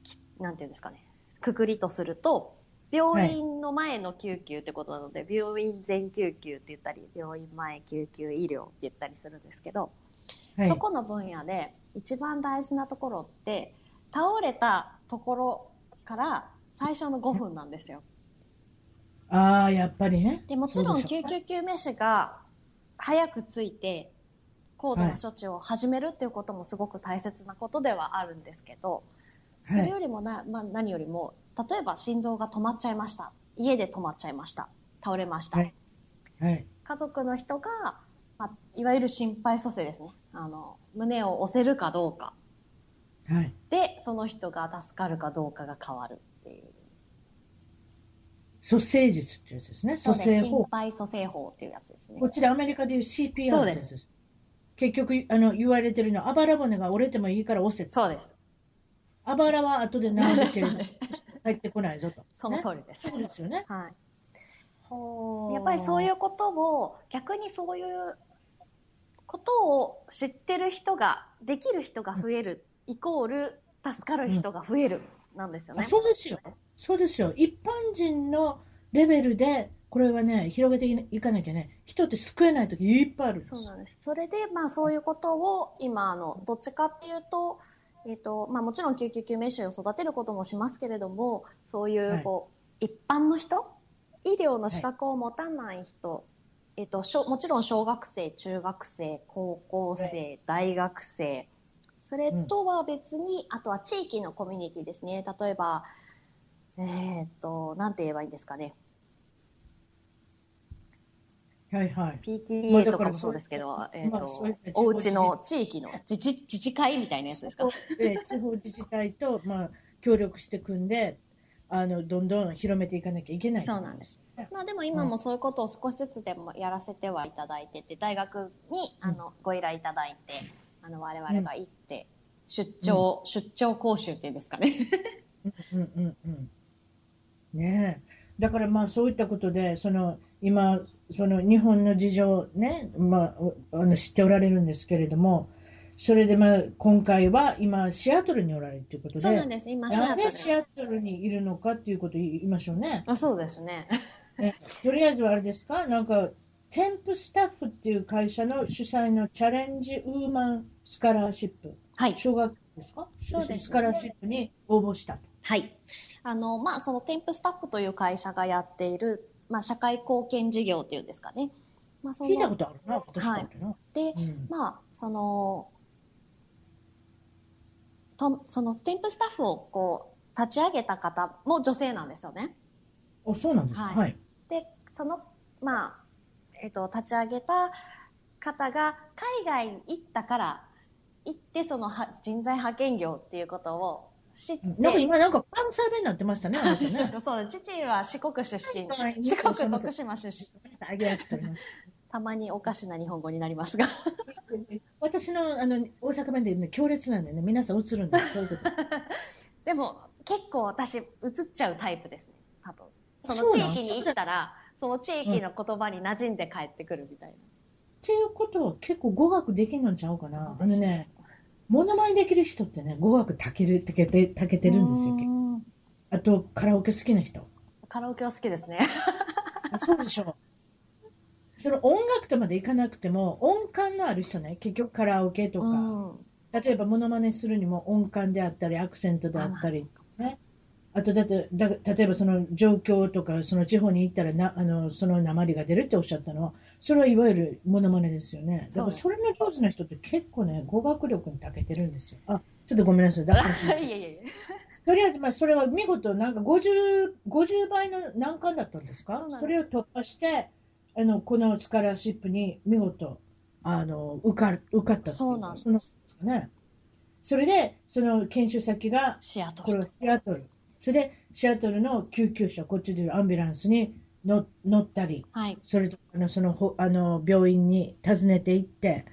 Speaker 2: きなんていうんですかね、くくりとすると、病院の前の救急ってことなので、病院全救急って言ったり、病院前救急医療って言ったりするんですけど、
Speaker 1: はい。
Speaker 2: そこの分野で一番大事なところって、倒れたところから最初の5分なんですよ。
Speaker 1: ああ、やっぱりね。
Speaker 2: でもちろん
Speaker 1: そうで
Speaker 2: 救
Speaker 1: しょ
Speaker 2: 急救命士が早く着いて高度な処置を始めるっていうこともすごく大切なことではあるんですけど、それよりもな、まあ、何よりも例えば心臓が止まっちゃいました。家で止まっちゃいました。倒れました。
Speaker 1: はいはい。
Speaker 2: 家族の人が、まあ、いわゆる心肺蘇生ですね。あの、胸を押せるかどうか。
Speaker 1: はい。
Speaker 2: で、その人が助かるかどうかが変わるっていう。
Speaker 1: 蘇生術っていうやつですね。
Speaker 2: そ
Speaker 1: 蘇
Speaker 2: うです
Speaker 1: 生
Speaker 2: 心
Speaker 1: 法。
Speaker 2: 肺蘇生法っていうやつですね
Speaker 1: こ。っちでアメリカでいう CPR って
Speaker 2: そ
Speaker 1: や
Speaker 2: うで
Speaker 1: つ
Speaker 2: す
Speaker 1: です。結局、あの、言われてるのは、あばら骨が折れてもいいから押せと。
Speaker 2: そうです。
Speaker 1: あばらは後で治るけれ ど、入ってこないぞと。
Speaker 2: その
Speaker 1: ね
Speaker 2: 通りです。
Speaker 1: そうですよね。
Speaker 2: はい。
Speaker 1: ほー
Speaker 2: やっぱりそういうことを逆にそういうことを知ってる人ができる人が増えるイコール助かる人が増えるなんですよね。
Speaker 1: あそうですよ。そうですよ。一般人のレベルで、これはね、広げていかなきゃね、人って救えない時いっぱいあるんです。
Speaker 2: そうなんです。それで、まあそういうことを今、あの、どっちかっていうと、えっ、と、まあもちろん救急救命士を育てることもしますけれども、そうい、
Speaker 1: はいう
Speaker 2: こう、一般の人医療の資格を持たない人、えっ、と、しょもちろん小学生、中学生、高校生、
Speaker 1: は
Speaker 2: 大学生、それとは別に、あとは地域のコミュニティですね。例えば、えっ、と、なんて言えばいいんですかね。
Speaker 1: はいはい。まあ
Speaker 2: PTA
Speaker 1: だ
Speaker 2: と
Speaker 1: か
Speaker 2: からもそうですけど、
Speaker 1: そうい
Speaker 2: え
Speaker 1: う
Speaker 2: っ、
Speaker 1: まあ
Speaker 2: と
Speaker 1: そういう地、方
Speaker 2: お家の地域の自治自治会みたいなやつですか
Speaker 1: そうで地方自治体と、まあ、協力して組んで、あの、どんどん広めていかなきゃいけない。
Speaker 2: そうなんです。
Speaker 1: ね。
Speaker 2: まあでも今もそういうことを少しずつでもやらせてはいただいてて、大学にあのご依頼いただいて、あの我々が行って、出張、出張講習っていうんですかね。
Speaker 1: うんうんうん。ねえ。だからまあそういったことで、その、今、その日本の事情ね、まあ、おあの知っておられるんですけれども、それでまあ今回は今シアトルにおられるということで、
Speaker 2: そうなんです。今シア
Speaker 1: な
Speaker 2: ト
Speaker 1: ぜシ
Speaker 2: ル。
Speaker 1: アトルにいるのかっていうことを言いましょうね。
Speaker 2: あそうですね。
Speaker 1: ねとりあえずはあれですか、なんか、添付スタッフっていう会社の主催のチャレンジウーマンスカラーシップ、
Speaker 2: はい。
Speaker 1: 小学校ですか
Speaker 2: そうです
Speaker 1: スカラーシップに応募したと。
Speaker 2: はい。あの、まあ、その添付スタッフという会社がやっている、まあ、社会貢献事業っていうんですかね。まあ、その
Speaker 1: 聞いたことあるな、私からってな。
Speaker 2: で、
Speaker 1: うん
Speaker 2: まあ、その、とその添付スタッフをこう、立ち上げた方も女性なんですよね。
Speaker 1: あ、そうなんですか。
Speaker 2: はい
Speaker 1: はい。
Speaker 2: で、その、まあ、えっ、と、立ち上げた方が海外に行ったから、行ってそのは人材派遣業っていうことを知って、
Speaker 1: なんか今なんか関西弁になってましたね、あなたね。
Speaker 2: そう、父は四国出身
Speaker 1: 海外、に
Speaker 2: 四国徳島出身。
Speaker 1: ごめんなさいあげやすと思います
Speaker 2: たまにおかしな日本語になりますが。
Speaker 1: 私のあの大阪弁で言うの強烈なんでね、皆さん映るん です、そういうこと。
Speaker 2: でも結構私映っちゃうタイプですね多分その
Speaker 1: そう
Speaker 2: 地
Speaker 1: なの
Speaker 2: 域に行ったらその地域の言葉に馴染んで帰ってくるみたい
Speaker 1: っていうことは結構語学できるのちゃうかな。あ
Speaker 2: そう
Speaker 1: の
Speaker 2: です
Speaker 1: ね、モノマネできる人ってね、語学たける、たけて、たけて
Speaker 2: な
Speaker 1: るんですよ。
Speaker 2: う
Speaker 1: 結構
Speaker 2: ん
Speaker 1: あと、カラオケ好きな人。
Speaker 2: カラオケは好きですね
Speaker 1: あそうでしょう。その音楽とまでいかなくても、音感のある人ね、結局カラオケとか、
Speaker 2: うん
Speaker 1: 例えばモノマネするにも音感であったり、アクセントであったり、ね。あとだってだ、例えばその状況とか、その地方に行ったらな、あの、その鉛が出るっておっしゃったのは、それはいわゆるモノマネですよね。だ
Speaker 2: そ
Speaker 1: か
Speaker 2: う
Speaker 1: ら
Speaker 2: です
Speaker 1: それの上手な人って結構ね、語学力に長けてるんですよ。あ、ちょっとごめんなさい。 脱線しまし
Speaker 2: いやいやいや
Speaker 1: たとりあえず、まあ、それは見事、なんか50、50倍の難関だったんですか
Speaker 2: そうなんです
Speaker 1: れを突破して、あの、このスカラーシップに見事、あの、受かる、受かったっていう。
Speaker 2: そうなんです
Speaker 1: そのですかね。それで、その研修先が、
Speaker 2: シアト
Speaker 1: これ
Speaker 2: ル
Speaker 1: はシアトル。それで、シアトルの救急車、こっちでいうアンビュランスに乗乗ったり、
Speaker 2: はい
Speaker 1: それとかあの、その、ほあの、病院に訪ねて行って、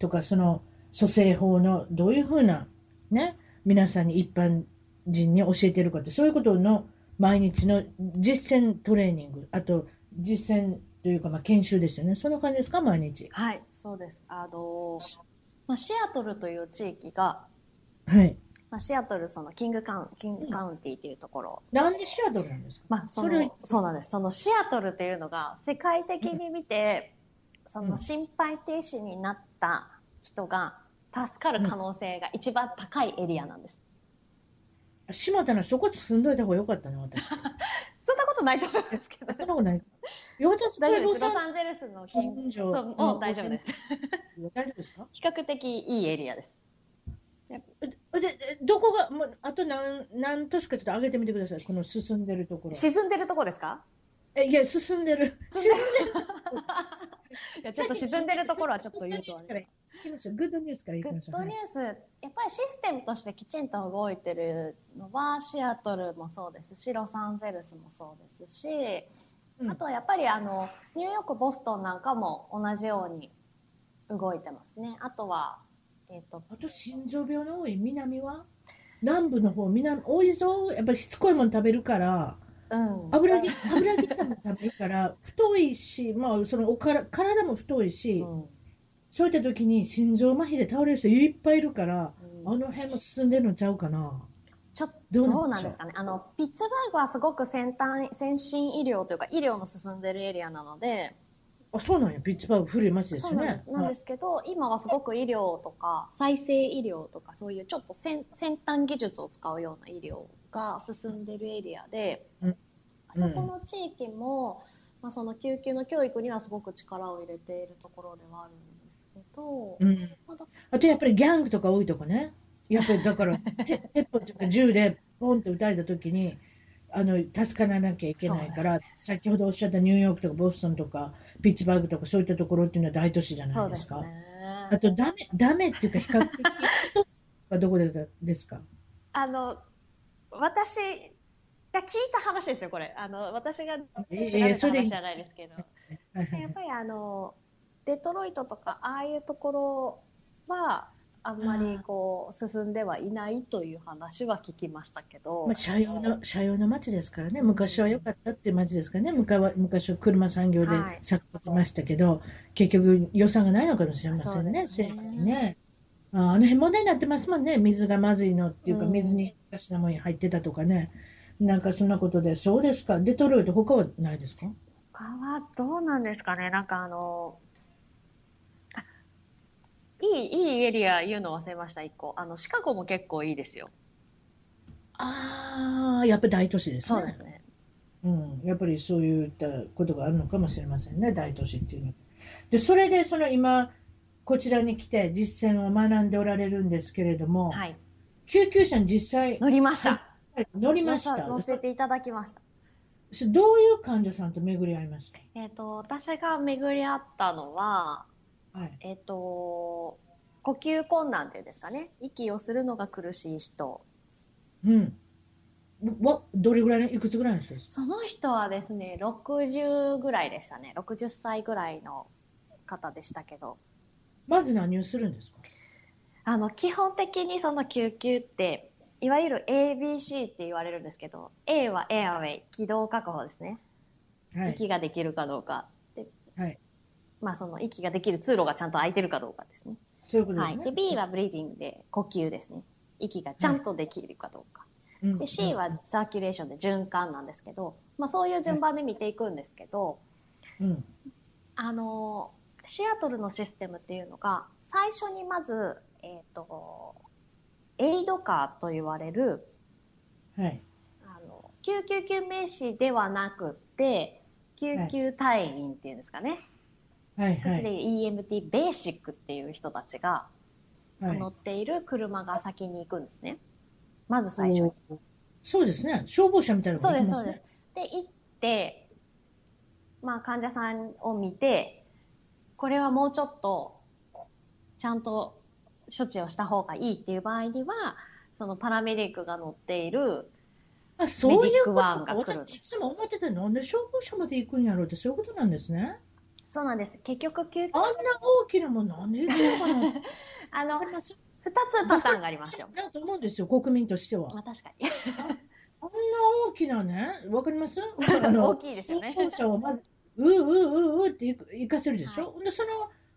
Speaker 1: とか、その、蘇生法の、どういうふうな、ね、皆さんに一般人に教えてるかって、そういうことの、毎日の実践トレーニング、あと、実践というか、まあ、研修ですよね。その感じですか、毎日。
Speaker 2: はいそうですあのーまあ、シアトルという地域が、
Speaker 1: はい。
Speaker 2: まあ、シアトルそのキングカウンキングカウンティというところ
Speaker 1: なんでシアトルなんですか
Speaker 2: まあ、その
Speaker 1: それを
Speaker 2: そうなんです。そのシアトルというのが世界的に見て、その心肺停止になった人が助かる可能性が一番高いエリアなんです。
Speaker 1: 島田のそこ住んどいた方がよかったな、私。
Speaker 2: そんなことないと思いますけど。
Speaker 1: そんなことない。よちゃ
Speaker 2: 大丈夫で
Speaker 1: ロ
Speaker 2: す。ロ
Speaker 1: サ
Speaker 2: サ
Speaker 1: ン
Speaker 2: ンゼルスの
Speaker 1: ゼ
Speaker 2: 近
Speaker 1: ルス
Speaker 2: そう、もう大丈夫です。
Speaker 1: 大丈夫ですか
Speaker 2: 比較的いいエリアです。
Speaker 1: で、でどこが、もうあと何、何都市かちょっと上げてみてください。この進んでるところ。
Speaker 2: 沈んでるとこですか
Speaker 1: え、いや、進んでる。沈ん で
Speaker 2: いや、ちょっと沈んでるところはちょっと
Speaker 1: る。グッドニュー
Speaker 2: 言うと
Speaker 1: スから
Speaker 2: あれ
Speaker 1: いきましょう。グッドニュースからいき
Speaker 2: グ
Speaker 1: まし
Speaker 2: ッ
Speaker 1: ょう。
Speaker 2: ドニュース、やっぱりシステムとしてきちんと動いてるのは、シアトルもそうですし、ロサンゼルスもそうですし、
Speaker 1: うん
Speaker 2: あとはやっぱりあの、ニューヨーク、ボストンなんかも同じように動いてますね。あとは、えっ、と、
Speaker 1: あと心臓病の多い南は南部の方南多いぞやっぱりしつこいもの食べるから
Speaker 2: うん。
Speaker 1: 油揚げ油揚げたもの食べる から太いし、まあ、そのおから体も太いし、
Speaker 2: うん
Speaker 1: そういった時に心臓麻痺で倒れる人いっぱいいるから
Speaker 2: うん
Speaker 1: あの辺も進んでるのちゃうかな
Speaker 2: ちょっと
Speaker 1: どうなんでしょう
Speaker 2: どうなんですかね。あの、ピッツバーグはすごく先端、先進医療というか医療の進んでるエリアなので、
Speaker 1: あそうなんやピッチバーグ古い街です
Speaker 2: そ
Speaker 1: よ
Speaker 2: うなん
Speaker 1: ね
Speaker 2: ですなんですけど、今はすごく医療とか再生医療とかそういうちょっと先先端技術を使うような医療が進んでるエリアで、
Speaker 1: うん
Speaker 2: そこの地域も、まあ、その救急の教育にはすごく力を入れているところではあるんですけど、
Speaker 1: はいうん、あとやっぱりギャングとか多いとこねやっぱりだから て鉄砲というか銃でポンって撃たれた時にあの助からなきゃいけないから、先ほどおっしゃったニューヨークとかボストンとかピッツバーグとかそういったところっていうのは大都市じゃな
Speaker 2: そ
Speaker 1: いうで
Speaker 2: ですす
Speaker 1: か
Speaker 2: ね。
Speaker 1: あとダメダメっていうか比 較的はどこでですか
Speaker 2: あの、私が聞いた話ですよ、これ。あの、私が調べ
Speaker 1: え
Speaker 2: た
Speaker 1: えそれ
Speaker 2: 話
Speaker 1: でいいん
Speaker 2: じ
Speaker 1: で
Speaker 2: ゃ
Speaker 1: す
Speaker 2: ないですけど。
Speaker 1: はいはい
Speaker 2: や
Speaker 1: は
Speaker 2: っ
Speaker 1: い
Speaker 2: ぱりあのデトロイトとかああいうところはあんまりこう進んではいないという話は聞きましたけど、
Speaker 1: まあ、車用の車用の街ですからね昔は良かったっていう街ですからね昔は昔は車産業で
Speaker 2: はい
Speaker 1: 栄えてましたけど、結局予算がないのかもしれませんね
Speaker 2: そうですね
Speaker 1: そういうのにねああの辺問題になってますもんね水がまずいのっていうか、
Speaker 2: うん
Speaker 1: 水におかしなものに入ってたとかねなんかそんなことでそうですかデトロイト他はないですか
Speaker 2: 他はどうなんですかねなんかあのあいいいいエリア言うの忘れました一個あのシカゴも結構いいですよ
Speaker 1: ああやっぱり大都市ですね
Speaker 2: ね
Speaker 1: うん、やっぱりそういったことがあるのかもしれませんね、大都市っていうのは。で、それでその今、こちらに来て実践を学んでおられるんですけれども、
Speaker 2: はい
Speaker 1: 救急車に実際
Speaker 2: 乗りました
Speaker 1: 乗りました。
Speaker 2: 乗せていただきました
Speaker 1: そどういう患者さんと巡り合いました
Speaker 2: えっ、と私が巡り合ったのは
Speaker 1: はい。
Speaker 2: えっと、呼吸困難っていうんですかね。息をするのが苦しい人。
Speaker 1: うん。わ、どれぐらいの、いくつぐらいの人ですか
Speaker 2: その人はですね、60ぐらいでしたね。60歳ぐらいの方でしたけど。
Speaker 1: まず何をするんですか
Speaker 2: あの、基本的にその救急って、いわゆる ABC って言われるんですけど、A はエアウェイ、気道確保ですね。
Speaker 1: はい。
Speaker 2: 息ができるかどうか。で
Speaker 1: はい
Speaker 2: まあその息ができる通路がちゃんと空いてるかどうかですね。
Speaker 1: そういうことで
Speaker 2: は
Speaker 1: す
Speaker 2: い。
Speaker 1: ね。
Speaker 2: で、B はブリーディングで呼吸ですね。息がちゃんとできるかどうか。
Speaker 1: うん
Speaker 2: で C は、サーキュレーションで循環なんですけど、まあ、そういう順番で見ていくんですけど、
Speaker 1: うん。
Speaker 2: あのーシアトルのシステムっていうのが最初にまず、えっとエイドカーと言われる
Speaker 1: はい。
Speaker 2: あの救急救命士ではなくて救急隊員っていうんですかね、
Speaker 1: はい。
Speaker 2: こっ
Speaker 1: は
Speaker 2: ちで
Speaker 1: い。
Speaker 2: いう EMT ベーシックっていう人たちが
Speaker 1: はい
Speaker 2: 乗っている車が先に行くんですね、まず最初に。
Speaker 1: おーそうですね。消防車みたいなの
Speaker 2: そう
Speaker 1: がい
Speaker 2: で、
Speaker 1: ますすね。
Speaker 2: そうです。で、行って、まあ、患者さんを見て、これはもうちょっと、ちゃんと処置をした方がいいっていう場合には、そのパラメディックが乗っている、
Speaker 1: あ、そういうこと
Speaker 2: メディックワン
Speaker 1: か。
Speaker 2: が来る
Speaker 1: 私、いつも思ってたのなんで消防署まで行くんやろうって、そういうことなんですね。
Speaker 2: そうなんです。結局、救
Speaker 1: あんな大きなもん、なんで行くのかなって
Speaker 2: あの、
Speaker 1: 思
Speaker 2: 二
Speaker 1: います。
Speaker 2: つパターンがありますよ。
Speaker 1: だと思うんですよ、国民としては。あん
Speaker 2: ま
Speaker 1: な
Speaker 2: あ、確かに。
Speaker 1: 大きなね、わかり ますあ
Speaker 2: 大
Speaker 1: の、
Speaker 2: きいですよ
Speaker 1: 消
Speaker 2: ね。
Speaker 1: 防車をまず、うううううって行く行かせるでしょ。で、その、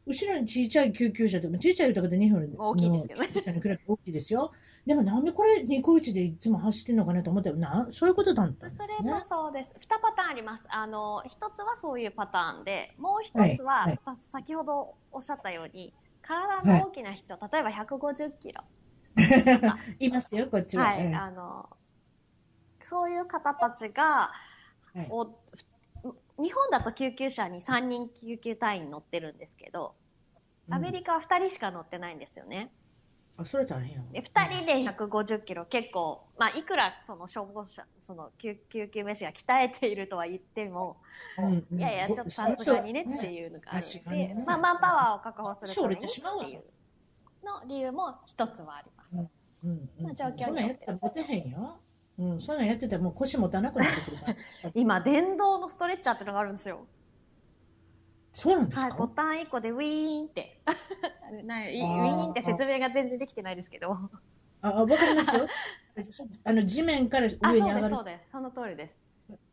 Speaker 1: 後ろに小さい救急車とか、小さいとかで日本の
Speaker 2: 大きいですけどね
Speaker 1: 救急車に比べて大きいですよ。でもなんでこれ、ニコイチでいつも走ってるのかなと思ったら、な、そういうことだったんです
Speaker 2: そ
Speaker 1: ね。
Speaker 2: れもそうです。二パターンあります。あの、一つはそういうパターンで、もう一つは、
Speaker 1: はい
Speaker 2: さ先ほどおっしゃったように、体の大きな人、例えば150キロ。
Speaker 1: いますよ、こっちは。
Speaker 2: は
Speaker 1: うん
Speaker 2: い、あの、そういう方たちが、
Speaker 1: はい
Speaker 2: お日本だと救急車に3人救急隊員乗ってるんですけど、アメリカは2人しか乗ってないんですよね。
Speaker 1: あ、それ大変や
Speaker 2: で2人で150キロ結構、まあ、いくらその消防車その救救急飯が鍛えているとは言っても、
Speaker 1: うんうん
Speaker 2: いやいやちょっとさすがにねっていうのがある
Speaker 1: 確
Speaker 2: の
Speaker 1: か
Speaker 2: で、
Speaker 1: にね
Speaker 2: まあ、マンパワーを確保するため
Speaker 1: そう折れ
Speaker 2: に
Speaker 1: て
Speaker 2: って
Speaker 1: しまうわ
Speaker 2: いうの理由も一つはあります、
Speaker 1: うんうんうん
Speaker 2: まあ状況によ
Speaker 1: そんなんやっ
Speaker 2: って
Speaker 1: てたらモテへんよ。うん、そんなんやってたらもう腰持たなくなってくるから。
Speaker 2: 今電動のストレッチャーっていうのがあるんですよ
Speaker 1: そうなんです
Speaker 2: はい、
Speaker 1: か
Speaker 2: ボタン1個でウィーンって。 ないウィ
Speaker 1: あー
Speaker 2: ーンって説明が全然できてないですけど。あ、
Speaker 1: あ、わかり ますよ。あの、地面から
Speaker 2: そう
Speaker 1: 上に上が
Speaker 2: です、
Speaker 1: る
Speaker 2: そう。です。その通りです。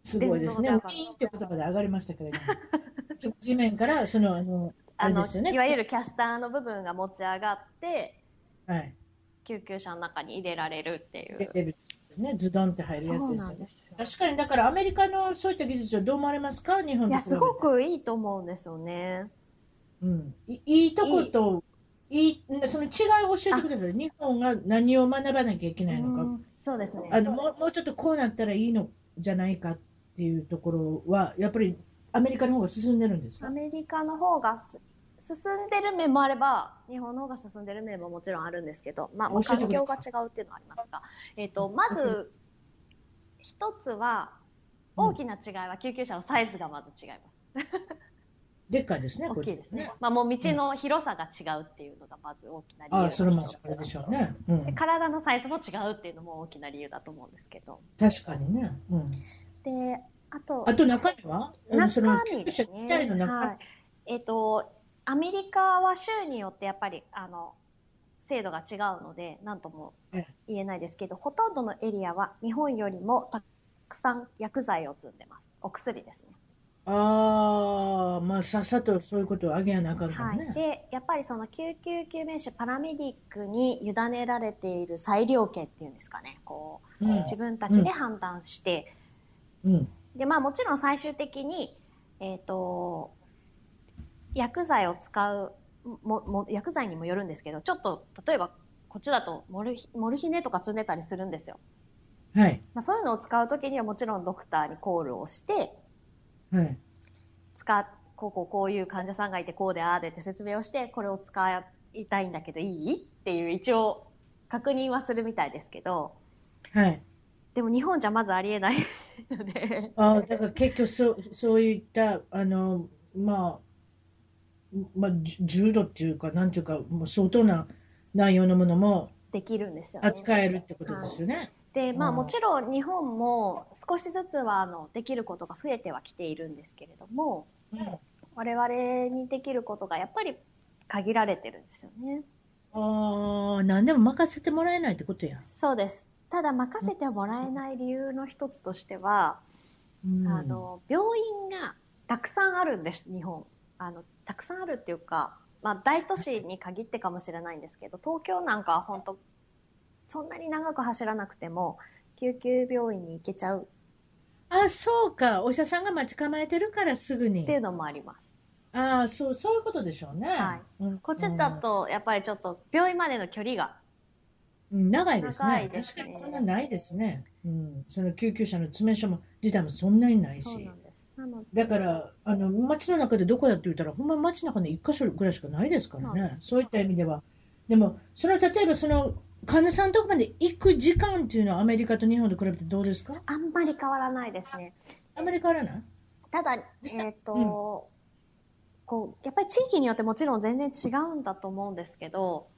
Speaker 1: すごいですね。ウ
Speaker 2: 電
Speaker 1: ィ
Speaker 2: 動だから
Speaker 1: ーンって言葉で上がりましたけれども。地面から、その、あの、あ
Speaker 2: あ
Speaker 1: れ
Speaker 2: の、
Speaker 1: ですよね。
Speaker 2: いわゆるキャスターの部分が持ち上がって、
Speaker 1: はい。
Speaker 2: 救急車の中に入れられるってい
Speaker 1: 出
Speaker 2: う。
Speaker 1: てる。ね、ズドンって入る
Speaker 2: そ
Speaker 1: やつ
Speaker 2: う
Speaker 1: です
Speaker 2: な
Speaker 1: よ
Speaker 2: んで
Speaker 1: ね。
Speaker 2: すよ。
Speaker 1: 確かに、だからアメリカのそういった技術はどう思われますか日本と比べて
Speaker 2: いや、すご。くいいと思うんですよね。
Speaker 1: うん。いいいとこと、いい、その違いを教えてください。日本が何を学ばなきゃいけないのか
Speaker 2: う。んそうですね。
Speaker 1: あのもうもうちょっとこうなったらいいのじゃないかっていうところは、やっぱりアメリカの方が進んでるんです
Speaker 2: ア
Speaker 1: か、
Speaker 2: メリカの方がす進んでる面もあれば、日本の方が進んでる面ももちろんあるんですけど、まあ、まあ
Speaker 1: 教えて
Speaker 2: 環
Speaker 1: くだ
Speaker 2: 境
Speaker 1: さ
Speaker 2: が
Speaker 1: い
Speaker 2: 違うっていうのはありますが、えっ、と、ま
Speaker 1: 教
Speaker 2: ず、一つは、
Speaker 1: うん
Speaker 2: 大きな違いは救急車のサイズがまず違います。
Speaker 1: でっかいですね、
Speaker 2: 大きいです
Speaker 1: こっち
Speaker 2: ね。まあ、もう道の広さが違うっていうのがまず大きな理由
Speaker 1: あ
Speaker 2: の
Speaker 1: あ、
Speaker 2: 一つ。
Speaker 1: それもあれでしょうね。うん
Speaker 2: で、体のサイズも違うっていうのも大きな理由だと思うんですけど。
Speaker 1: 確かにね。うん、
Speaker 2: で、あと、
Speaker 1: あと中身はあのその
Speaker 2: 中身です
Speaker 1: 救急車機体の
Speaker 2: ね。
Speaker 1: 中、
Speaker 2: はい。えっ、と、アメリカは州によってやっぱり、あの、制度が違うので、なんとも言えないですけど、ほとんどのエリアは日本よりもたくさん薬剤を積んでます。お薬ですね。
Speaker 1: ああ、まあさっさとそういうことをあげやなあかんから
Speaker 2: は
Speaker 1: ね。
Speaker 2: い。で、やっぱりその救急救命士、パラメディックに委ねられている裁量権っていうんですかね。こう、
Speaker 1: うん
Speaker 2: 自分たちで判断して、
Speaker 1: うん
Speaker 2: で、まあもちろん最終的に、えっ、と、薬剤を使う、も、も、薬剤にもよるんですけど、ちょっと、例えば、こっちだとモルヒ、モルヒネとか積んでたりするんですよ。
Speaker 1: はい。
Speaker 2: まあそういうのを使うときにはもちろんドクターにコールをして、
Speaker 1: はい。
Speaker 2: 使っ、こうこうこういう患者さんがいてこうでああでって説明をして、これを使いたいんだけどいいっていう一応確認はするみたいですけど、
Speaker 1: はい。
Speaker 2: でも日本じゃまずありえないので。
Speaker 1: ああ、だから結局そう、そういった、あの、まあ、まあ、じゅ重度っていうか、なんていうか、もう相当な内容のものも
Speaker 2: できるんですよね。
Speaker 1: 扱えるってことですよね。
Speaker 2: で、まあ
Speaker 1: うん
Speaker 2: もちろん日本も少しずつはあのできることが増えてはきているんですけれども、
Speaker 1: うん
Speaker 2: 我々にできることがやっぱり限られてるんですよね。
Speaker 1: ああ、何でも任せてもらえないってことや。
Speaker 2: そうです。ただ任せてもらえない理由の一つとしては、
Speaker 1: うん
Speaker 2: あ、の、病院がたくさんあるんです、日本。あの、たくさんあるっていうか、まあ大都市に限ってかもしれないんですけど、東京なんかは本当そんなに長く走らなくても、救急病院に行けちゃう
Speaker 1: あ、そうか。お医者さんが待ち構えてるからすぐに
Speaker 2: ってい。うのもあります。
Speaker 1: ああ、そう、そういうことでしょうね。
Speaker 2: はい
Speaker 1: うん
Speaker 2: こっちだと、やっぱりちょっと、病院までの距離が。
Speaker 1: うん長いです
Speaker 2: 長
Speaker 1: ね。
Speaker 2: いですね
Speaker 1: 確かにそんなないですね。うん。その救急車の詰め所も自体もそんなにない
Speaker 2: そう
Speaker 1: し
Speaker 2: な。んです。なので、
Speaker 1: だから、あの、街の中でどこだって言ったら、ほんま街の中の一箇所ぐらいしかないですから
Speaker 2: そう
Speaker 1: ね
Speaker 2: で。す
Speaker 1: そういった意味では。でも、その、例えばその、患者さんのとこまで行く時間っていうのはアメリカと日本と比べてどうですか
Speaker 2: あんまり変わらないですね。
Speaker 1: アメリカあらない
Speaker 2: ただ、えっ、と、こう、やっぱり地域によってもちろん全然違うんだと思うんですけど、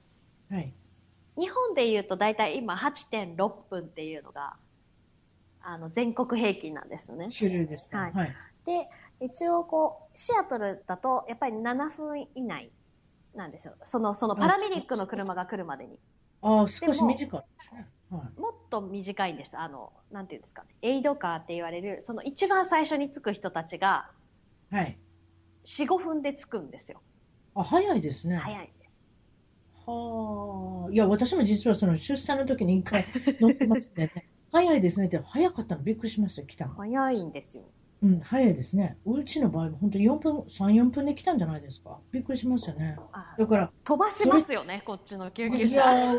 Speaker 1: はい。
Speaker 2: 日本で言うと大体今8.6分っていうのが、あの、全国平均なんですよね。
Speaker 1: 主流ですから
Speaker 2: はい
Speaker 1: はい。
Speaker 2: で、一応こう、シアトルだと、やっぱり7分以内なんですよ。その、そのパラメディックの車が来るまでに。
Speaker 1: ああ、少し短いですね。はい。
Speaker 2: もっと短いんです。あの、なんていうんですかね。エイドカーって言われる、その一番最初に着く人たちが、
Speaker 1: はい。
Speaker 2: 4、5分で着くんですよ。
Speaker 1: あ、早いですね。
Speaker 2: 早いんです。
Speaker 1: はあ。いや、私も実はその出産の時に一回乗ってますね。 早いですねって、早かったのびっくりしましたよ、来たの。
Speaker 2: 早いんですよ。
Speaker 1: うん、早いですね。うちの場合も本当に4分、3、4分で来たんじゃないですか。びっくりしましたね。
Speaker 2: あ
Speaker 1: だから、
Speaker 2: 飛ばしますよね、こっちの救急
Speaker 1: い
Speaker 2: 車。
Speaker 1: や、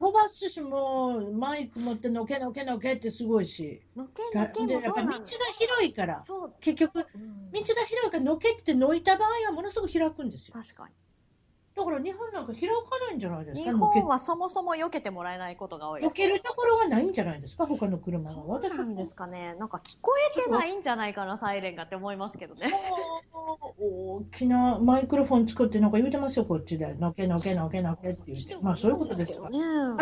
Speaker 1: 飛ばすし、もうマイク持ってのけのけのけってすごいし。
Speaker 2: のけ
Speaker 1: でや
Speaker 2: の
Speaker 1: っぱ道が
Speaker 2: けもそうなんです。
Speaker 1: 広いから、
Speaker 2: そう、
Speaker 1: 結局、道
Speaker 2: うん
Speaker 1: が広いからのけってのいた場合はものすごく開くんですよ。
Speaker 2: 確かに。
Speaker 1: だから日本なんか開かないんじゃないです
Speaker 2: 日
Speaker 1: か抜け
Speaker 2: 本はそもそも避けてもらえないことが多い
Speaker 1: 避
Speaker 2: です。
Speaker 1: けるところはないんじゃないですか他の車は
Speaker 2: そうなんですかね。なんか聞こえてないんじゃないかな、サイレンがって思いますけどね。
Speaker 1: もう大きなマイクロフォン作ってなんか言うてますよ、こっちで。のけのけのけのけって言って。まあそういうことですか。
Speaker 2: ね。
Speaker 1: あの、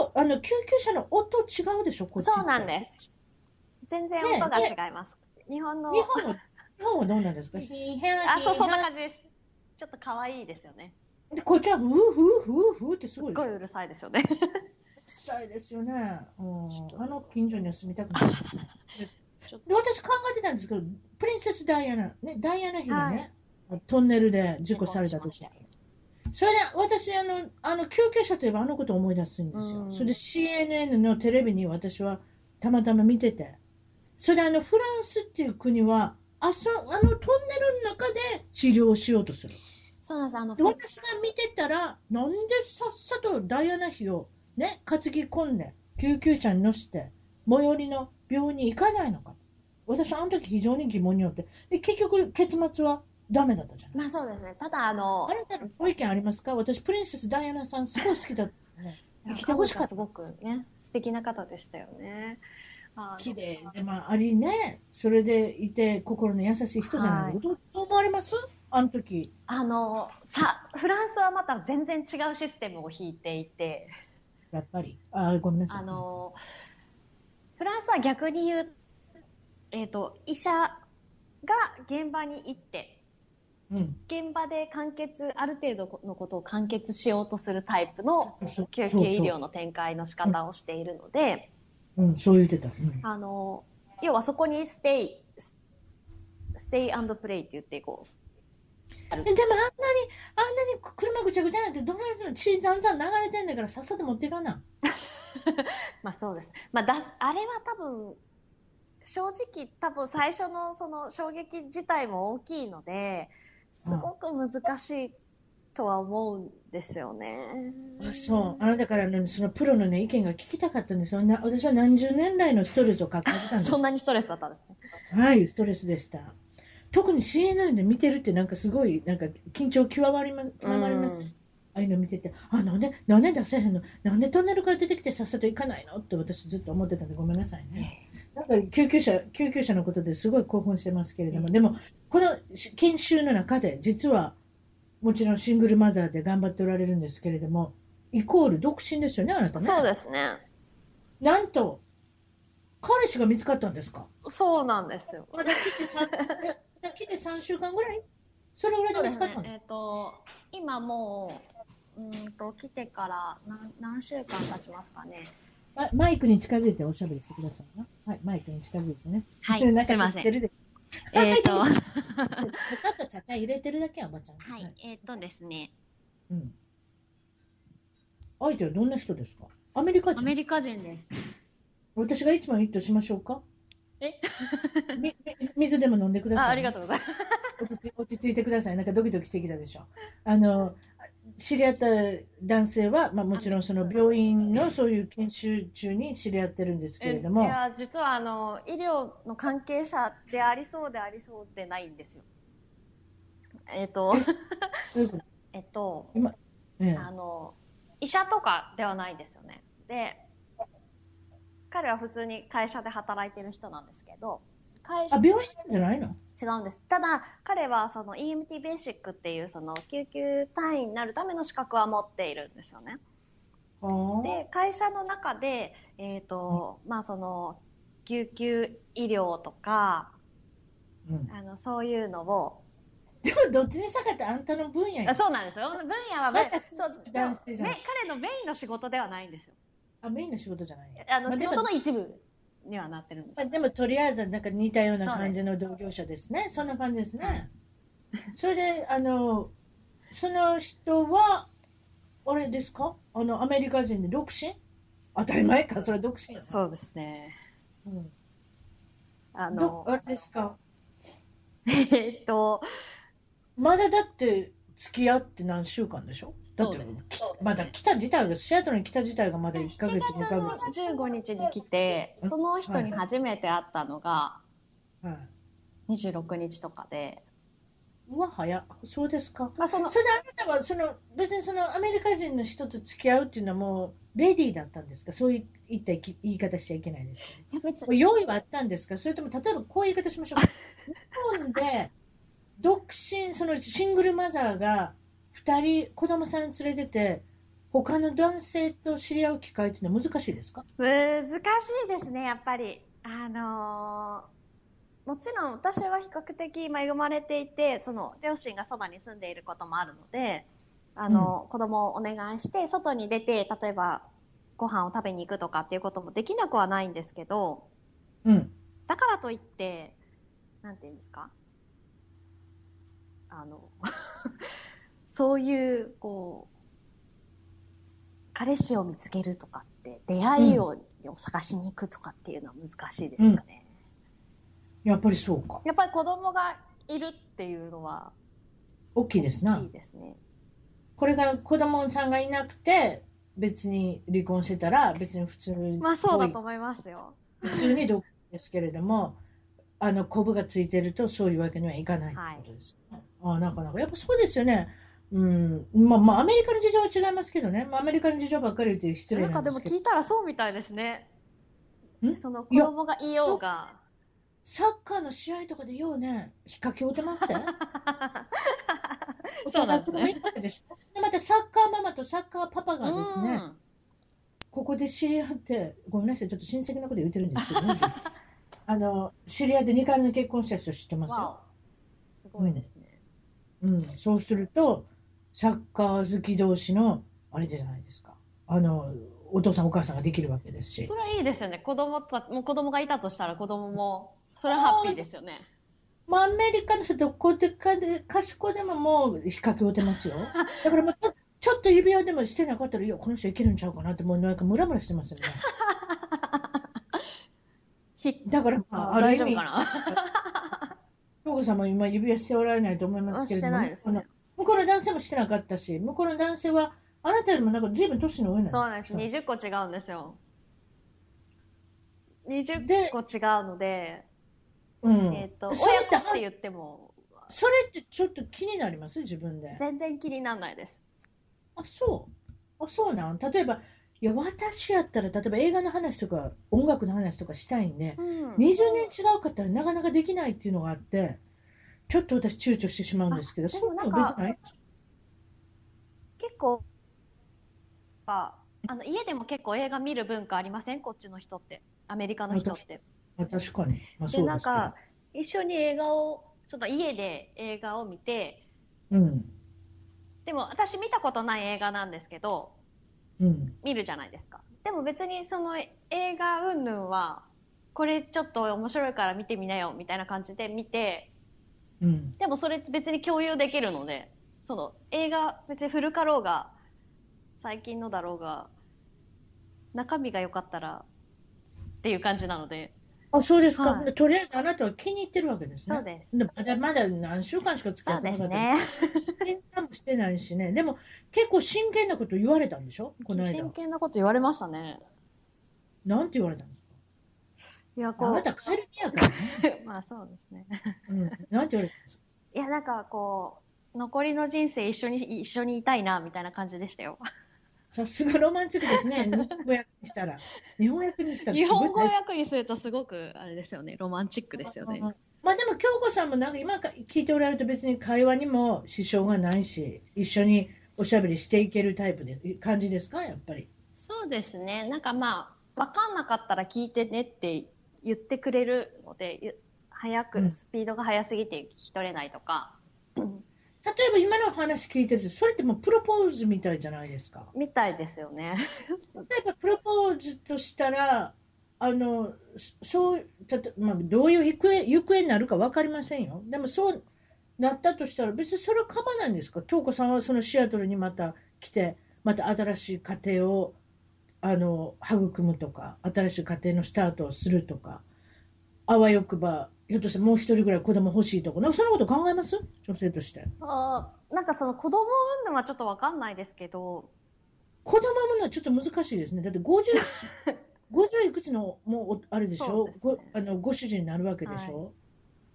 Speaker 1: 音、あの、救急車の音違うでしょ、こっちって
Speaker 2: そうなんです。全然音が違います。日本の
Speaker 1: 日、本は、日本はどうなん ですか
Speaker 2: あ、そう、そんな感じです。ちょっと可愛いですよね。
Speaker 1: でこっちは、うーふーふーふーってすごい
Speaker 2: す
Speaker 1: で
Speaker 2: ご
Speaker 1: し
Speaker 2: い
Speaker 1: ょ。う
Speaker 2: うるさいですよ ね。
Speaker 1: るさいですよね。うん。あの近所には住みたくないです。で私考えてたんですけど、プリンセスダイアナ、ね、ダイアナ妃がね、トンネルで事故された時
Speaker 2: 事故しまし
Speaker 1: それで私あの、あの救急車といえばあのことを思い出すんですよ、
Speaker 2: うん
Speaker 1: それで CNN のテレビに私はたまたま見てて、それであのフランスっていう国は、あそあのトンネルの中で治療をしようとする、
Speaker 2: そうなんです。あの
Speaker 1: で、私が見てたら、なんでさっさとダイアナ妃を、ね、担ぎ込んで、救急車に乗せて、最寄りの病院に行かないのか、私、あの時非常に疑問に思って、で結局、結末はダメだったじゃない
Speaker 2: まあそうですね。ただ、あの
Speaker 1: あ、なたのご意見ありますか私、プリンセスダイアナさん、すごい好きだった、ね。来てほしかった。
Speaker 2: すごくね、素敵な方でしたよね。あの
Speaker 1: 綺麗で、まあ、ありね。それでいて、心の優しい人じゃない、
Speaker 2: はい
Speaker 1: どうどう思われますあの時。
Speaker 2: あの、さ、フランスはまた全然違うシステムを引いていて、
Speaker 1: やっぱり。あごめんなさい。
Speaker 2: あの、フランスは逆に言う、えっ、と、医者が現場に行って、
Speaker 1: うん。
Speaker 2: 現場で完結、ある程度のことを完結しようとするタイプの
Speaker 1: そうそう
Speaker 2: 救急
Speaker 1: そうそう
Speaker 2: 医療の展開の仕方をしているので、
Speaker 1: うん、そう言ってた。うん
Speaker 2: あの、要はそこにステイ、スステイプレイって言って、こう、
Speaker 1: えでもあんなに、あんなに車ぐちゃぐちゃなんて、どないするの血ざんざん流れてんだから、さっさと持っていかな。
Speaker 2: まあそうです。まあ出す、あれは多分、正直多分最初のその衝撃自体も大きいので、すごく難しいとは思うんですよね。
Speaker 1: あそう。あの、だから、ね、そのプロのね、意見が聞きたかったんですよ。な私は何十年来のストレスを抱えてたんです
Speaker 2: そんなにストレスだったんですね。
Speaker 1: はい、ストレスでした。特に CNN で見てるって、なんかすごい、なんか緊張極まります、極まります。
Speaker 2: うん
Speaker 1: ああいうの見てて、あ、なんで、なんで出せへんのなんでトンネルから出てきてさっさと行かないのって私ずっと思ってたんで、ごめんなさいね。なんか救急車、救急車のことですごい興奮してますけれども、
Speaker 2: ええ
Speaker 1: でも、この研修の中で、実は、もちろんシングルマザーで頑張っておられるんですけれども、イコール独身ですよね、あなたね。
Speaker 2: そうですね。
Speaker 1: なんと、彼氏が見つかったんですか
Speaker 2: そうなんですよ。
Speaker 1: まだ来て三まだ来て三週間ぐらいそれぐらいで
Speaker 2: そう
Speaker 1: 見
Speaker 2: で
Speaker 1: つ
Speaker 2: す
Speaker 1: か
Speaker 2: ね
Speaker 1: ったん。です
Speaker 2: えっ、と、今もう、うーんと、来てから何何週間経ちますかね。
Speaker 1: まマイクに近づいておしゃべりしてくださいな。はい、マイクに近づいてね。
Speaker 2: はい、
Speaker 1: なん
Speaker 2: す
Speaker 1: か
Speaker 2: い
Speaker 1: ち
Speaker 2: ま
Speaker 1: ょ
Speaker 2: せん
Speaker 1: っと。出るで
Speaker 2: えっ、と、 は
Speaker 1: ちょちゃちゃちゃちゃ入れてるだけや、おばちゃん。
Speaker 2: い、。えっ、とですね、
Speaker 1: うん。相手はどんな人ですかアメリカ
Speaker 2: ア
Speaker 1: 人
Speaker 2: メリカ人です。
Speaker 1: 私が一番ヒットしましょうか
Speaker 2: え
Speaker 1: みみ水でも飲んでください、
Speaker 2: あありがとうございます。
Speaker 1: 落ち着落ち着いてください。なんかドキドキしてきたでしょ。あの、知り合った男性は、まあもちろんその病院のそういう研修中に知り合ってるんですけれども
Speaker 2: い、や実はあの医療の関係者でありそうでありそうでないんですよえっ、 と
Speaker 1: そういうこと
Speaker 2: えっと
Speaker 1: ええ
Speaker 2: あの医者とかではないんですよねで彼は普通に会社で働いてる人なんですけど会
Speaker 1: あ
Speaker 2: 社、
Speaker 1: 病院なんじゃないの
Speaker 2: 違うんですただ彼はその EMT ベーシックっていうその救急隊員になるための資格は持っているんですよね
Speaker 1: ああ
Speaker 2: で会社の中で、えーとまあ、その救急医療とか
Speaker 1: うん
Speaker 2: あのそういうのを
Speaker 1: でもどっちにしたかってあんたの分野
Speaker 2: あ
Speaker 1: や。
Speaker 2: そうなんですよ分野は
Speaker 1: な
Speaker 2: 分
Speaker 1: んか
Speaker 2: そうでも
Speaker 1: 男性じゃない
Speaker 2: め彼のメインの仕事ではないんですよ
Speaker 1: あ、メインの仕事じゃない。
Speaker 2: あ
Speaker 1: ま
Speaker 2: の、
Speaker 1: あ
Speaker 2: 仕
Speaker 1: でも
Speaker 2: 事の一部にはなってるんです
Speaker 1: まあ、でもとりあえずなんか似たような感じの同業者ですね。そんな感じですね。それで、あの、その人は、あれですかあの、アメリカ人で独身当たり前か、それは独身や
Speaker 2: そうですね
Speaker 1: うん
Speaker 2: あ
Speaker 1: ど
Speaker 2: の
Speaker 1: あれですか
Speaker 2: えっと
Speaker 1: まだだって付き合って何週間でしょだって
Speaker 2: そうです
Speaker 1: き
Speaker 2: そうです
Speaker 1: まだ来た自体がシアトルに来た自体がまだ
Speaker 2: 7
Speaker 1: 1ヶ月2
Speaker 2: 月
Speaker 1: ヶ
Speaker 2: の
Speaker 1: 月、
Speaker 2: 15日に来てその人に初めて会ったのが
Speaker 1: はい、
Speaker 2: 26日とかで
Speaker 1: うわ早っそうですか
Speaker 2: まあ、その
Speaker 1: それであなたはその別にそのアメリカ人の人と付き合うっていうのはもうレディーだったんですかそうい言った言い方しちゃいけないですけ
Speaker 2: いや別
Speaker 1: どもう
Speaker 2: に
Speaker 1: 用意はあったんです かそれとも例えばこういう言い方しましょう日本で独身そのシングルマザーが2人子供さん連れてて他の男性と知り合う機会っていうのは難しいですか
Speaker 2: 難しいですねやっぱりあのーもちろん私は比較的恵まれていてその両親がそばに住んでいることもあるのであの、子供をお願いして外に出て例えばご飯を食べに行くとかっていうこともできなくはないんですけど
Speaker 1: うん
Speaker 2: だからといってなんて言うんですかあの そういうこう彼氏を見つけるとかって出会いを,、を探しに行くとかっていうのは難しいですかね、
Speaker 1: やっぱりそうか
Speaker 2: やっぱり子供がいるっていうのは
Speaker 1: 大きいですない
Speaker 2: いですね
Speaker 1: これが子供さんがいなくて別に離婚してたら別に普通に
Speaker 2: まあそうだと思いますよ
Speaker 1: 普通に独身ですけれどもあのコブがついてるとそういうわけにはいかないってことです、ねああなかなかやっぱそうですよねうんまあまあアメリカの事情は違いますけどね、まあ、アメリカの事情ばっかり言うと失礼
Speaker 2: なん
Speaker 1: な
Speaker 2: か
Speaker 1: ん
Speaker 2: で
Speaker 1: で
Speaker 2: も
Speaker 1: すけど
Speaker 2: 聞いたらそうみたいですね
Speaker 1: ん
Speaker 2: その子供がいようが
Speaker 1: サッカーの試合とかでようね引っ掛け合うてません
Speaker 2: そうなん
Speaker 1: 大人
Speaker 2: ですね
Speaker 1: もいいわけでしょでまたサッカーママとサッカーパパがですね、
Speaker 2: うん
Speaker 1: ここで知り合って、ごめんなさい、ちょっと親戚のこと言ってるんですけど ね、あの知り合って2回目の結婚した人知ってますよ、
Speaker 2: わおすごいですね、
Speaker 1: うん、そうすると、サッカー好き同士のあれじゃないですか、あのお父さん、お母さんができるわけですし
Speaker 2: そ、れはいいですよね。子供たもう子供がいたとしたら子供も、それはハッピーですよね。
Speaker 1: まあ、アメリカの人、どこでかで、賢でももう引っ掛けをて ますよ、だからもうちょちょっと指輪でもしてなかったら、いや、この人いけるんちゃうかなって、もうなんかムラムラしてますよね、
Speaker 2: ひ
Speaker 1: だから、まあ、ある
Speaker 2: 大
Speaker 1: 意
Speaker 2: 丈夫
Speaker 1: 味
Speaker 2: か。な
Speaker 1: 京子さんも今指輪しておられないと思いますけれども、
Speaker 2: あしてないですね
Speaker 1: 向こうの男性もしてなかったし、向こうの男性は、あなたよりもなんか随分年の上なん
Speaker 2: そうなんです。20個違うんですよ。20個違うので、
Speaker 1: うん。
Speaker 2: えっ、と、
Speaker 1: それって
Speaker 2: 親子って言っても、
Speaker 1: それってちょっと気になります自分で。
Speaker 2: 全然気にならないです。
Speaker 1: あ、そう。あ、そうなん。例えば、いや、私やったら、例えば映画の話とか、音楽の話とかしたいんで、
Speaker 2: うん
Speaker 1: 20年違うかったらなかなかできないっていうのがあって、ちょっと私躊躇してしまうんですけど、
Speaker 2: あで
Speaker 1: そ
Speaker 2: も
Speaker 1: う
Speaker 2: ないん
Speaker 1: う
Speaker 2: か
Speaker 1: の別にない
Speaker 2: 結構、ああの家でも結構映画見る文化ありませんこっちの人って。アメリカの人って。
Speaker 1: まあ確かに。まあ、
Speaker 2: で
Speaker 1: そう
Speaker 2: な
Speaker 1: で
Speaker 2: ん
Speaker 1: すけど。
Speaker 2: か一緒に映画をちょっと家で映画を見て
Speaker 1: うん。
Speaker 2: でも私見たことない映画なんですけど
Speaker 1: うん。
Speaker 2: 見るじゃないですかでも別にその映画云々はこれちょっと面白いから見てみなよみたいな感じで見て
Speaker 1: うん。
Speaker 2: でもそれ別に共有できるのでその映画別に古かろうが最近のだろうが中身が良かったらっていう感じなので
Speaker 1: あ、そうですか。
Speaker 2: はい
Speaker 1: とりあえずあなたは気に入ってるわけですね。
Speaker 2: そうです
Speaker 1: でまだまだ何週間しか付き合
Speaker 2: そう
Speaker 1: って
Speaker 2: で
Speaker 1: な
Speaker 2: す
Speaker 1: かった。
Speaker 2: ね
Speaker 1: 喧嘩もしてないしね。でも結構真剣なこと言われたんでしょこの間
Speaker 2: 真。剣なこと言われましたね
Speaker 1: なんて言われたんですか
Speaker 2: いやこ
Speaker 1: あな
Speaker 2: う
Speaker 1: た帰る気やからね。
Speaker 2: まあそうですね。
Speaker 1: うん。なんて言われたんですか
Speaker 2: いや、なんかこう、残りの人生一緒に、一緒にいたいな、みたいな感じでし たよ。
Speaker 1: さすがロマンチックです ね。日本語訳にしたら。日本訳にしたら
Speaker 2: 日
Speaker 1: すごい
Speaker 2: 本語
Speaker 1: 大好き
Speaker 2: 訳にするとすごく、あれですよね、ロマンチックですよね。
Speaker 1: まあでも京子さんもなんか今か聞いておられると別に会話にも支障がないし、一緒におしゃべりしていけるタイプで、感じですかやっぱり。
Speaker 2: そうですね。なんかまあ、わかんなかったら聞いてねって言ってくれるので、ゆ早
Speaker 1: う
Speaker 2: く、
Speaker 1: ん
Speaker 2: スピードが速すぎて聞き取れないとか、
Speaker 1: 例えば今のお話聞いてるとそれってもうプロポーズみたいじゃないですか
Speaker 2: みたいですよね。
Speaker 1: 例えばプロポーズとしたらあのそそうたと、まあ、どういう行方行方になるか分かりませんよでもそうなったとしたら別にそれは構わないんですか京子さんはそのシアトルにまた来てまた新しい家庭をあの育むとか新しい家庭のスタートをするとかあわよくばひょっとしてもう一人ぐらい子供欲しいとかなんかそんなこと考えます女性として。
Speaker 2: あーなんかその子供を産むのはちょっとわかんないですけど、
Speaker 1: 子供産むのはちょっと難しいですね。だって50、50いくつの、もうお、あれでし
Speaker 2: そう
Speaker 1: ょ
Speaker 2: ですね
Speaker 1: ごあの、ご主人になるわけでしょ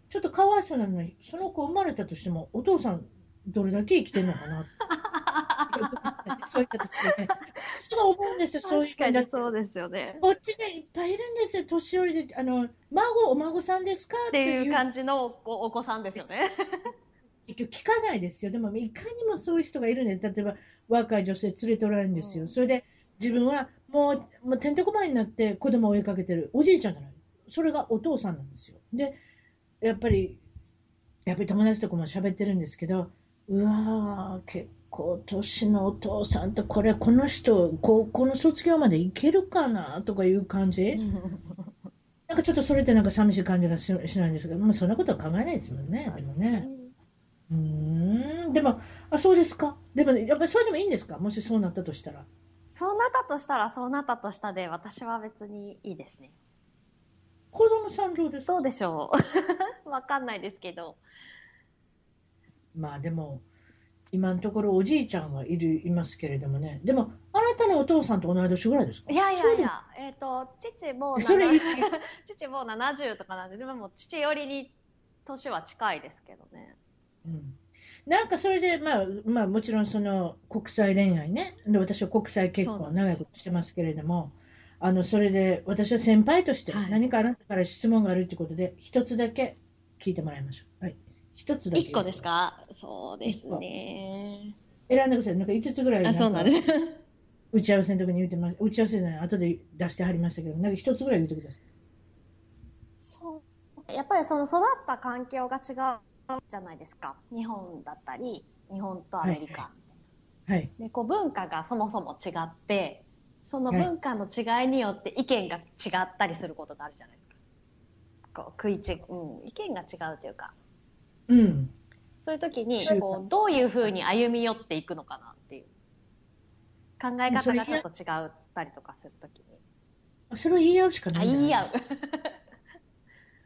Speaker 1: ちょっとかわいそうなのに、その子生まれたとしても、お父さん、どれだけ生きてんのかな そういったですよね。すごい思うんですよ、そういう
Speaker 2: 確か
Speaker 1: 人だっ
Speaker 2: に
Speaker 1: て
Speaker 2: そうですよね。
Speaker 1: こっちでいっぱいいるんですよ、年寄りで。あの、孫、お孫さんですかっ
Speaker 2: ってて
Speaker 1: い
Speaker 2: いうう感じのおお子さんですよね。
Speaker 1: 結局聞かないですよ。でも、いかにもそういう人がいるんです。例えば、若い女性連れておられるんですよ。
Speaker 2: うん
Speaker 1: それで、自分はもう、もうてんてこまいになって子供を追いかけてるおじいちゃんなのよ。それがお父さんなんですよ。で、やっぱり、やっぱり友達とかも喋ってるんですけど、うわー、結構年のお父さんと、これ、この人、高校の卒業までいけるかなとかいう感じ。 なんかちょっとそれってなんか寂しい感じがししないんですけど、まあ、そんなことは考えないですもんね、でもね。うーんでも、あ、そうですか。でも、やっぱりそれでもいいんですかもしそうなったとしたら。
Speaker 2: そうなったとしたら、そうなったとしたで、私は別にいいですね。
Speaker 1: 子供さんどうですか
Speaker 2: そうでしょう。 わかんないですけど。
Speaker 1: まあでも、今のところおじいちゃんはいる、いますけれどもね。でも、あなたのお父さんと同い年ぐらいですか
Speaker 2: いやい
Speaker 1: そ
Speaker 2: や
Speaker 1: う
Speaker 2: い
Speaker 1: で
Speaker 2: や、えっ、と、父も
Speaker 1: もそれいい
Speaker 2: 70、
Speaker 1: っす
Speaker 2: 父も70とかなんで、でも父よりに年は近いですけどね。
Speaker 1: うんなんかそれで、まあ、まあもちろんその国際恋愛ね。で私は国際結
Speaker 2: そう
Speaker 1: 婚
Speaker 2: なんです
Speaker 1: 長いことしてますけれども、あの、それで私は先輩として
Speaker 2: はい
Speaker 1: 何かあなたから質問があるということで、一つだけ聞いてもらいましょう。はい。一つだけ。
Speaker 2: 1個ですかそうですね。
Speaker 1: 選んでください。なんか5つぐらい
Speaker 2: あ、
Speaker 1: か
Speaker 2: そうなんです。
Speaker 1: 打ち合わせの時に言ってました。打ち合わせじゃない、後で出してはりましたけど、なんか一つぐらい言ってください。
Speaker 2: そうやっぱりその育った環境が違うじゃないですか日本だったり日本とアメリカ、
Speaker 1: はい。
Speaker 2: でこう文化がそもそも違ってその
Speaker 1: はい
Speaker 2: 文化の違いによって意見が違ったりすることがあるじゃないですかこう食い違う、うん、意見が違うというか
Speaker 1: うん。
Speaker 2: そういう時に
Speaker 1: 習慣
Speaker 2: こうどういうふうに歩み寄っていくのかなっていう考え方がちょっと違ったりとかする時に
Speaker 1: それを言い合うしかな
Speaker 2: あ
Speaker 1: いんじゃない
Speaker 2: 言い
Speaker 1: で
Speaker 2: 合う
Speaker 1: すか。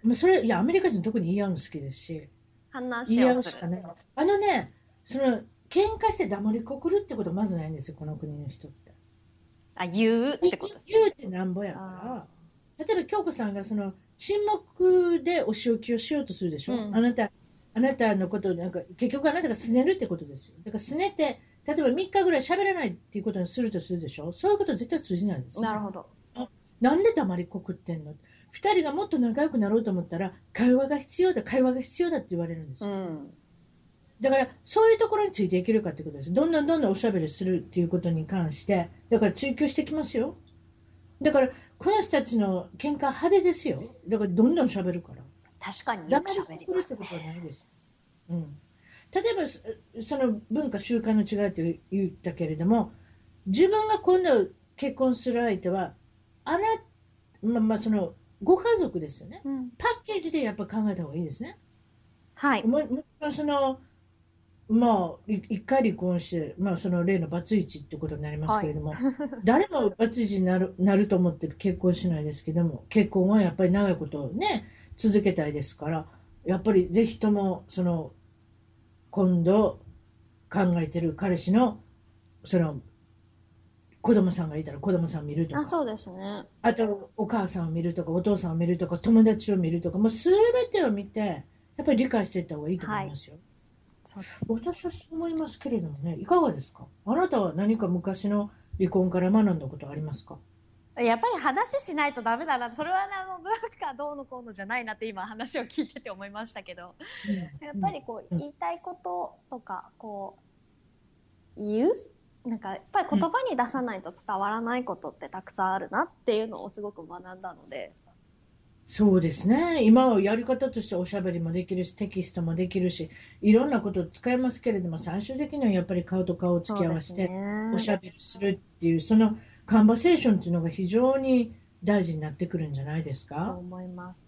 Speaker 1: まあそれ、いや、アメリカ人特に言い合うの好きですし、
Speaker 2: 話
Speaker 1: 言い合
Speaker 2: を
Speaker 1: う
Speaker 2: す
Speaker 1: し
Speaker 2: る
Speaker 1: かない。あのね、その、喧嘩して黙りこくるってことまずないんですよ、この国の人って。
Speaker 2: あ言うってことです
Speaker 1: 言うってなんぼやから
Speaker 2: あ、
Speaker 1: 例えば京子さんがその沈黙でお仕置きをしようとするでしょ、
Speaker 2: うん
Speaker 1: あなたあなたのことをなんか結局あなたが拗ねるってことですよだから拗ねて例えば3日ぐらい喋らないっていうことにするとするでしょそういうことは絶対通じないんです
Speaker 2: ー
Speaker 1: よ
Speaker 2: なるほど
Speaker 1: なんで黙りこくってんの2人がもっと仲良くなろうと思ったら会話が必要だ会話が必要だって言われるんですよ
Speaker 2: うん
Speaker 1: だから、そういうところについていけるかってことです。どんどんどんどんおしゃべりするっていうことに関して、だから追求してきますよ。だから、この人たちの喧嘩派手ですよ。だから、どんどんしゃべるから。
Speaker 2: 確かによく
Speaker 1: 黙り
Speaker 2: 喋り
Speaker 1: こ
Speaker 2: ま
Speaker 1: るって
Speaker 2: す
Speaker 1: ことは
Speaker 2: ね。
Speaker 1: ないです。うん。例えばそ、その文化、習慣の違いって言ったけれども、自分が今度結婚する相手は、あな、まあまあ、その、ご家族ですよね。
Speaker 2: うん
Speaker 1: パッケージでやっぱ考えた方がいいですね。
Speaker 2: はい。
Speaker 1: ももちろんその、まあ、い一回離婚して、まあ、その例のバツイチってことになりますけれど も、誰もバツイチになるなると思って結婚しないですけども、結婚はやっぱり長いことね、続けたいですから、やっぱりぜひとも、その、今度考えてる彼氏の、その、子供さんがいたら子供さん見るとか
Speaker 2: あ、、そうですね。
Speaker 1: あと、お母さんを見るとか、お父さんを見るとか、友達を見るとか、もうすべてを見て、やっぱり理解していった方がいいと思いますよ。
Speaker 2: そうです。
Speaker 1: 私はそう思いますけれどもね、いかがですかあなたは何か昔の離婚から学んだことありますか
Speaker 2: やっぱり話しないとダメだな。それはねあの文化どうのこうのじゃないなって今話を聞いてて思いましたけど、やっぱりこ
Speaker 1: う
Speaker 2: うん言いたいこととかこう言うなんかやっぱり言葉に出さないと伝わらないことってたくさんあるなっていうのをすごく学んだので、
Speaker 1: そうですね。今はやり方としておしゃべりもできるし、テキストもできるし、いろんなことを使えますけれども、最終的にはやっぱり顔と顔を付き合わせて、
Speaker 2: ね
Speaker 1: おしゃべりするっていう、そのカンバセーションっていうのが非常に大事になってくるんじゃないですか
Speaker 2: そう思います。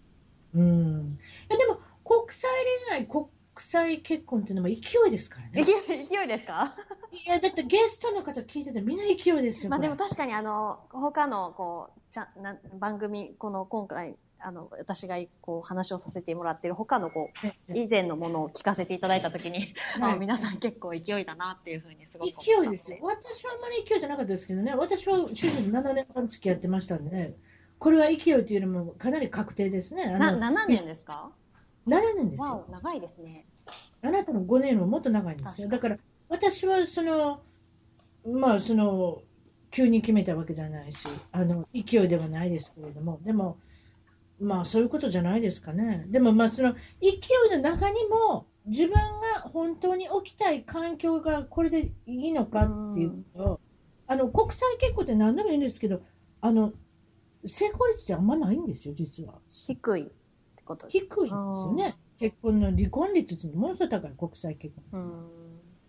Speaker 1: うん、いやでも国際恋愛国際結婚っていうのも勢いですから
Speaker 2: 勢
Speaker 1: ね
Speaker 2: い勢いですか？
Speaker 1: いやだってゲストの方聞いててみんな勢いですよ
Speaker 2: まあ
Speaker 1: これ
Speaker 2: でも確かにあの他のこうちゃんなん番組この今回あの私がこう話をさせてもらってる他のこ
Speaker 1: え
Speaker 2: う
Speaker 1: え
Speaker 2: 以前のものを聞かせていただいたときに、
Speaker 1: はい
Speaker 2: あ皆さん結構勢いだなっていうふうにすごく思った
Speaker 1: 勢いですよ私はあんまり勢いじゃなかったですけどね私は主人と7年半付き合ってましたんでねこれは勢いというよりもかなり確定ですねあ
Speaker 2: な
Speaker 1: の
Speaker 2: 7年ですか？
Speaker 1: 7年です
Speaker 2: わ
Speaker 1: よ。
Speaker 2: お、長いですね。
Speaker 1: あなたの5年はもっと長いんですよ。だ
Speaker 2: 確
Speaker 1: から、私はその、まあ、その、急に決めたわけじゃないし、あの、勢いではないですけれども、でも、まあ、そういうことじゃないですかね。でも、まあ、その、勢いの中にも、自分が本当に置きたい環境がこれでいいのかっていうのを、あの、国際結婚って何でもいいんですけど、あの、成功率ってあんまないんですよ、実は。
Speaker 2: 低いってことです
Speaker 1: 低いんですよね。結婚の離婚率ってものすごい高い、国際結婚。
Speaker 2: うーん。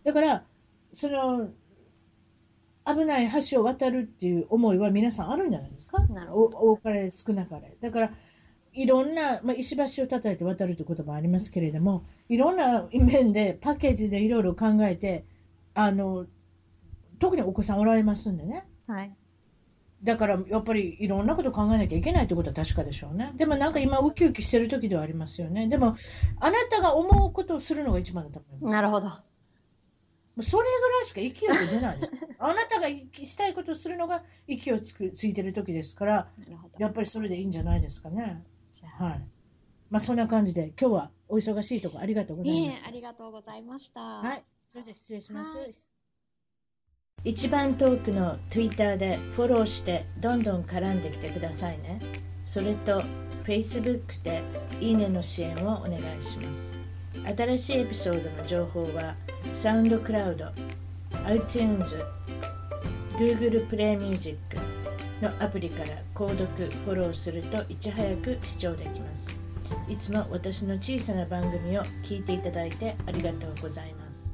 Speaker 1: だから、その、危ない橋を渡るっていう思いは皆さんあるんじゃないですか
Speaker 2: なるほど。
Speaker 1: お多かれ少なかれ。だから、いろんな、まあ、石橋を叩いて渡るという言葉ありますけれども、いろんな面でパッケージでいろいろ考えて、あの、特にお子さんおられますんでね。
Speaker 2: はい。
Speaker 1: だから、やっぱりいろんなこと考えなきゃいけないってことは確かでしょうね。でもなんか今、ウキウキしてる時ではありますよね。でも、あなたが思うことをするのが一番だと思います。
Speaker 2: なるほど。
Speaker 1: もうそれぐらいしか勢いが出ないです。 あなたがしたいことをするのが息をつくついてる時ですから、
Speaker 2: なるほど。
Speaker 1: やっぱりそれでいいんじゃないですかね。
Speaker 2: じゃあ
Speaker 1: はい。まあそんな感じで、今日はお忙しいところありがとうございま
Speaker 2: ね
Speaker 1: す。
Speaker 2: え、ありがとうございました。
Speaker 1: はい。それじゃあ失礼します
Speaker 2: は。
Speaker 1: 一番トークの Twitter でフォローしてどんどん絡んできてくださいね。それと Facebook でいいねの支援をお願いします。新しいエピソードの情報はサウンドクラウド、iTunes、Google プレイミュージックのアプリから購読、フォローするといち早く視聴できます。いつも私の小さな番組を聞いていただいてありがとうございます。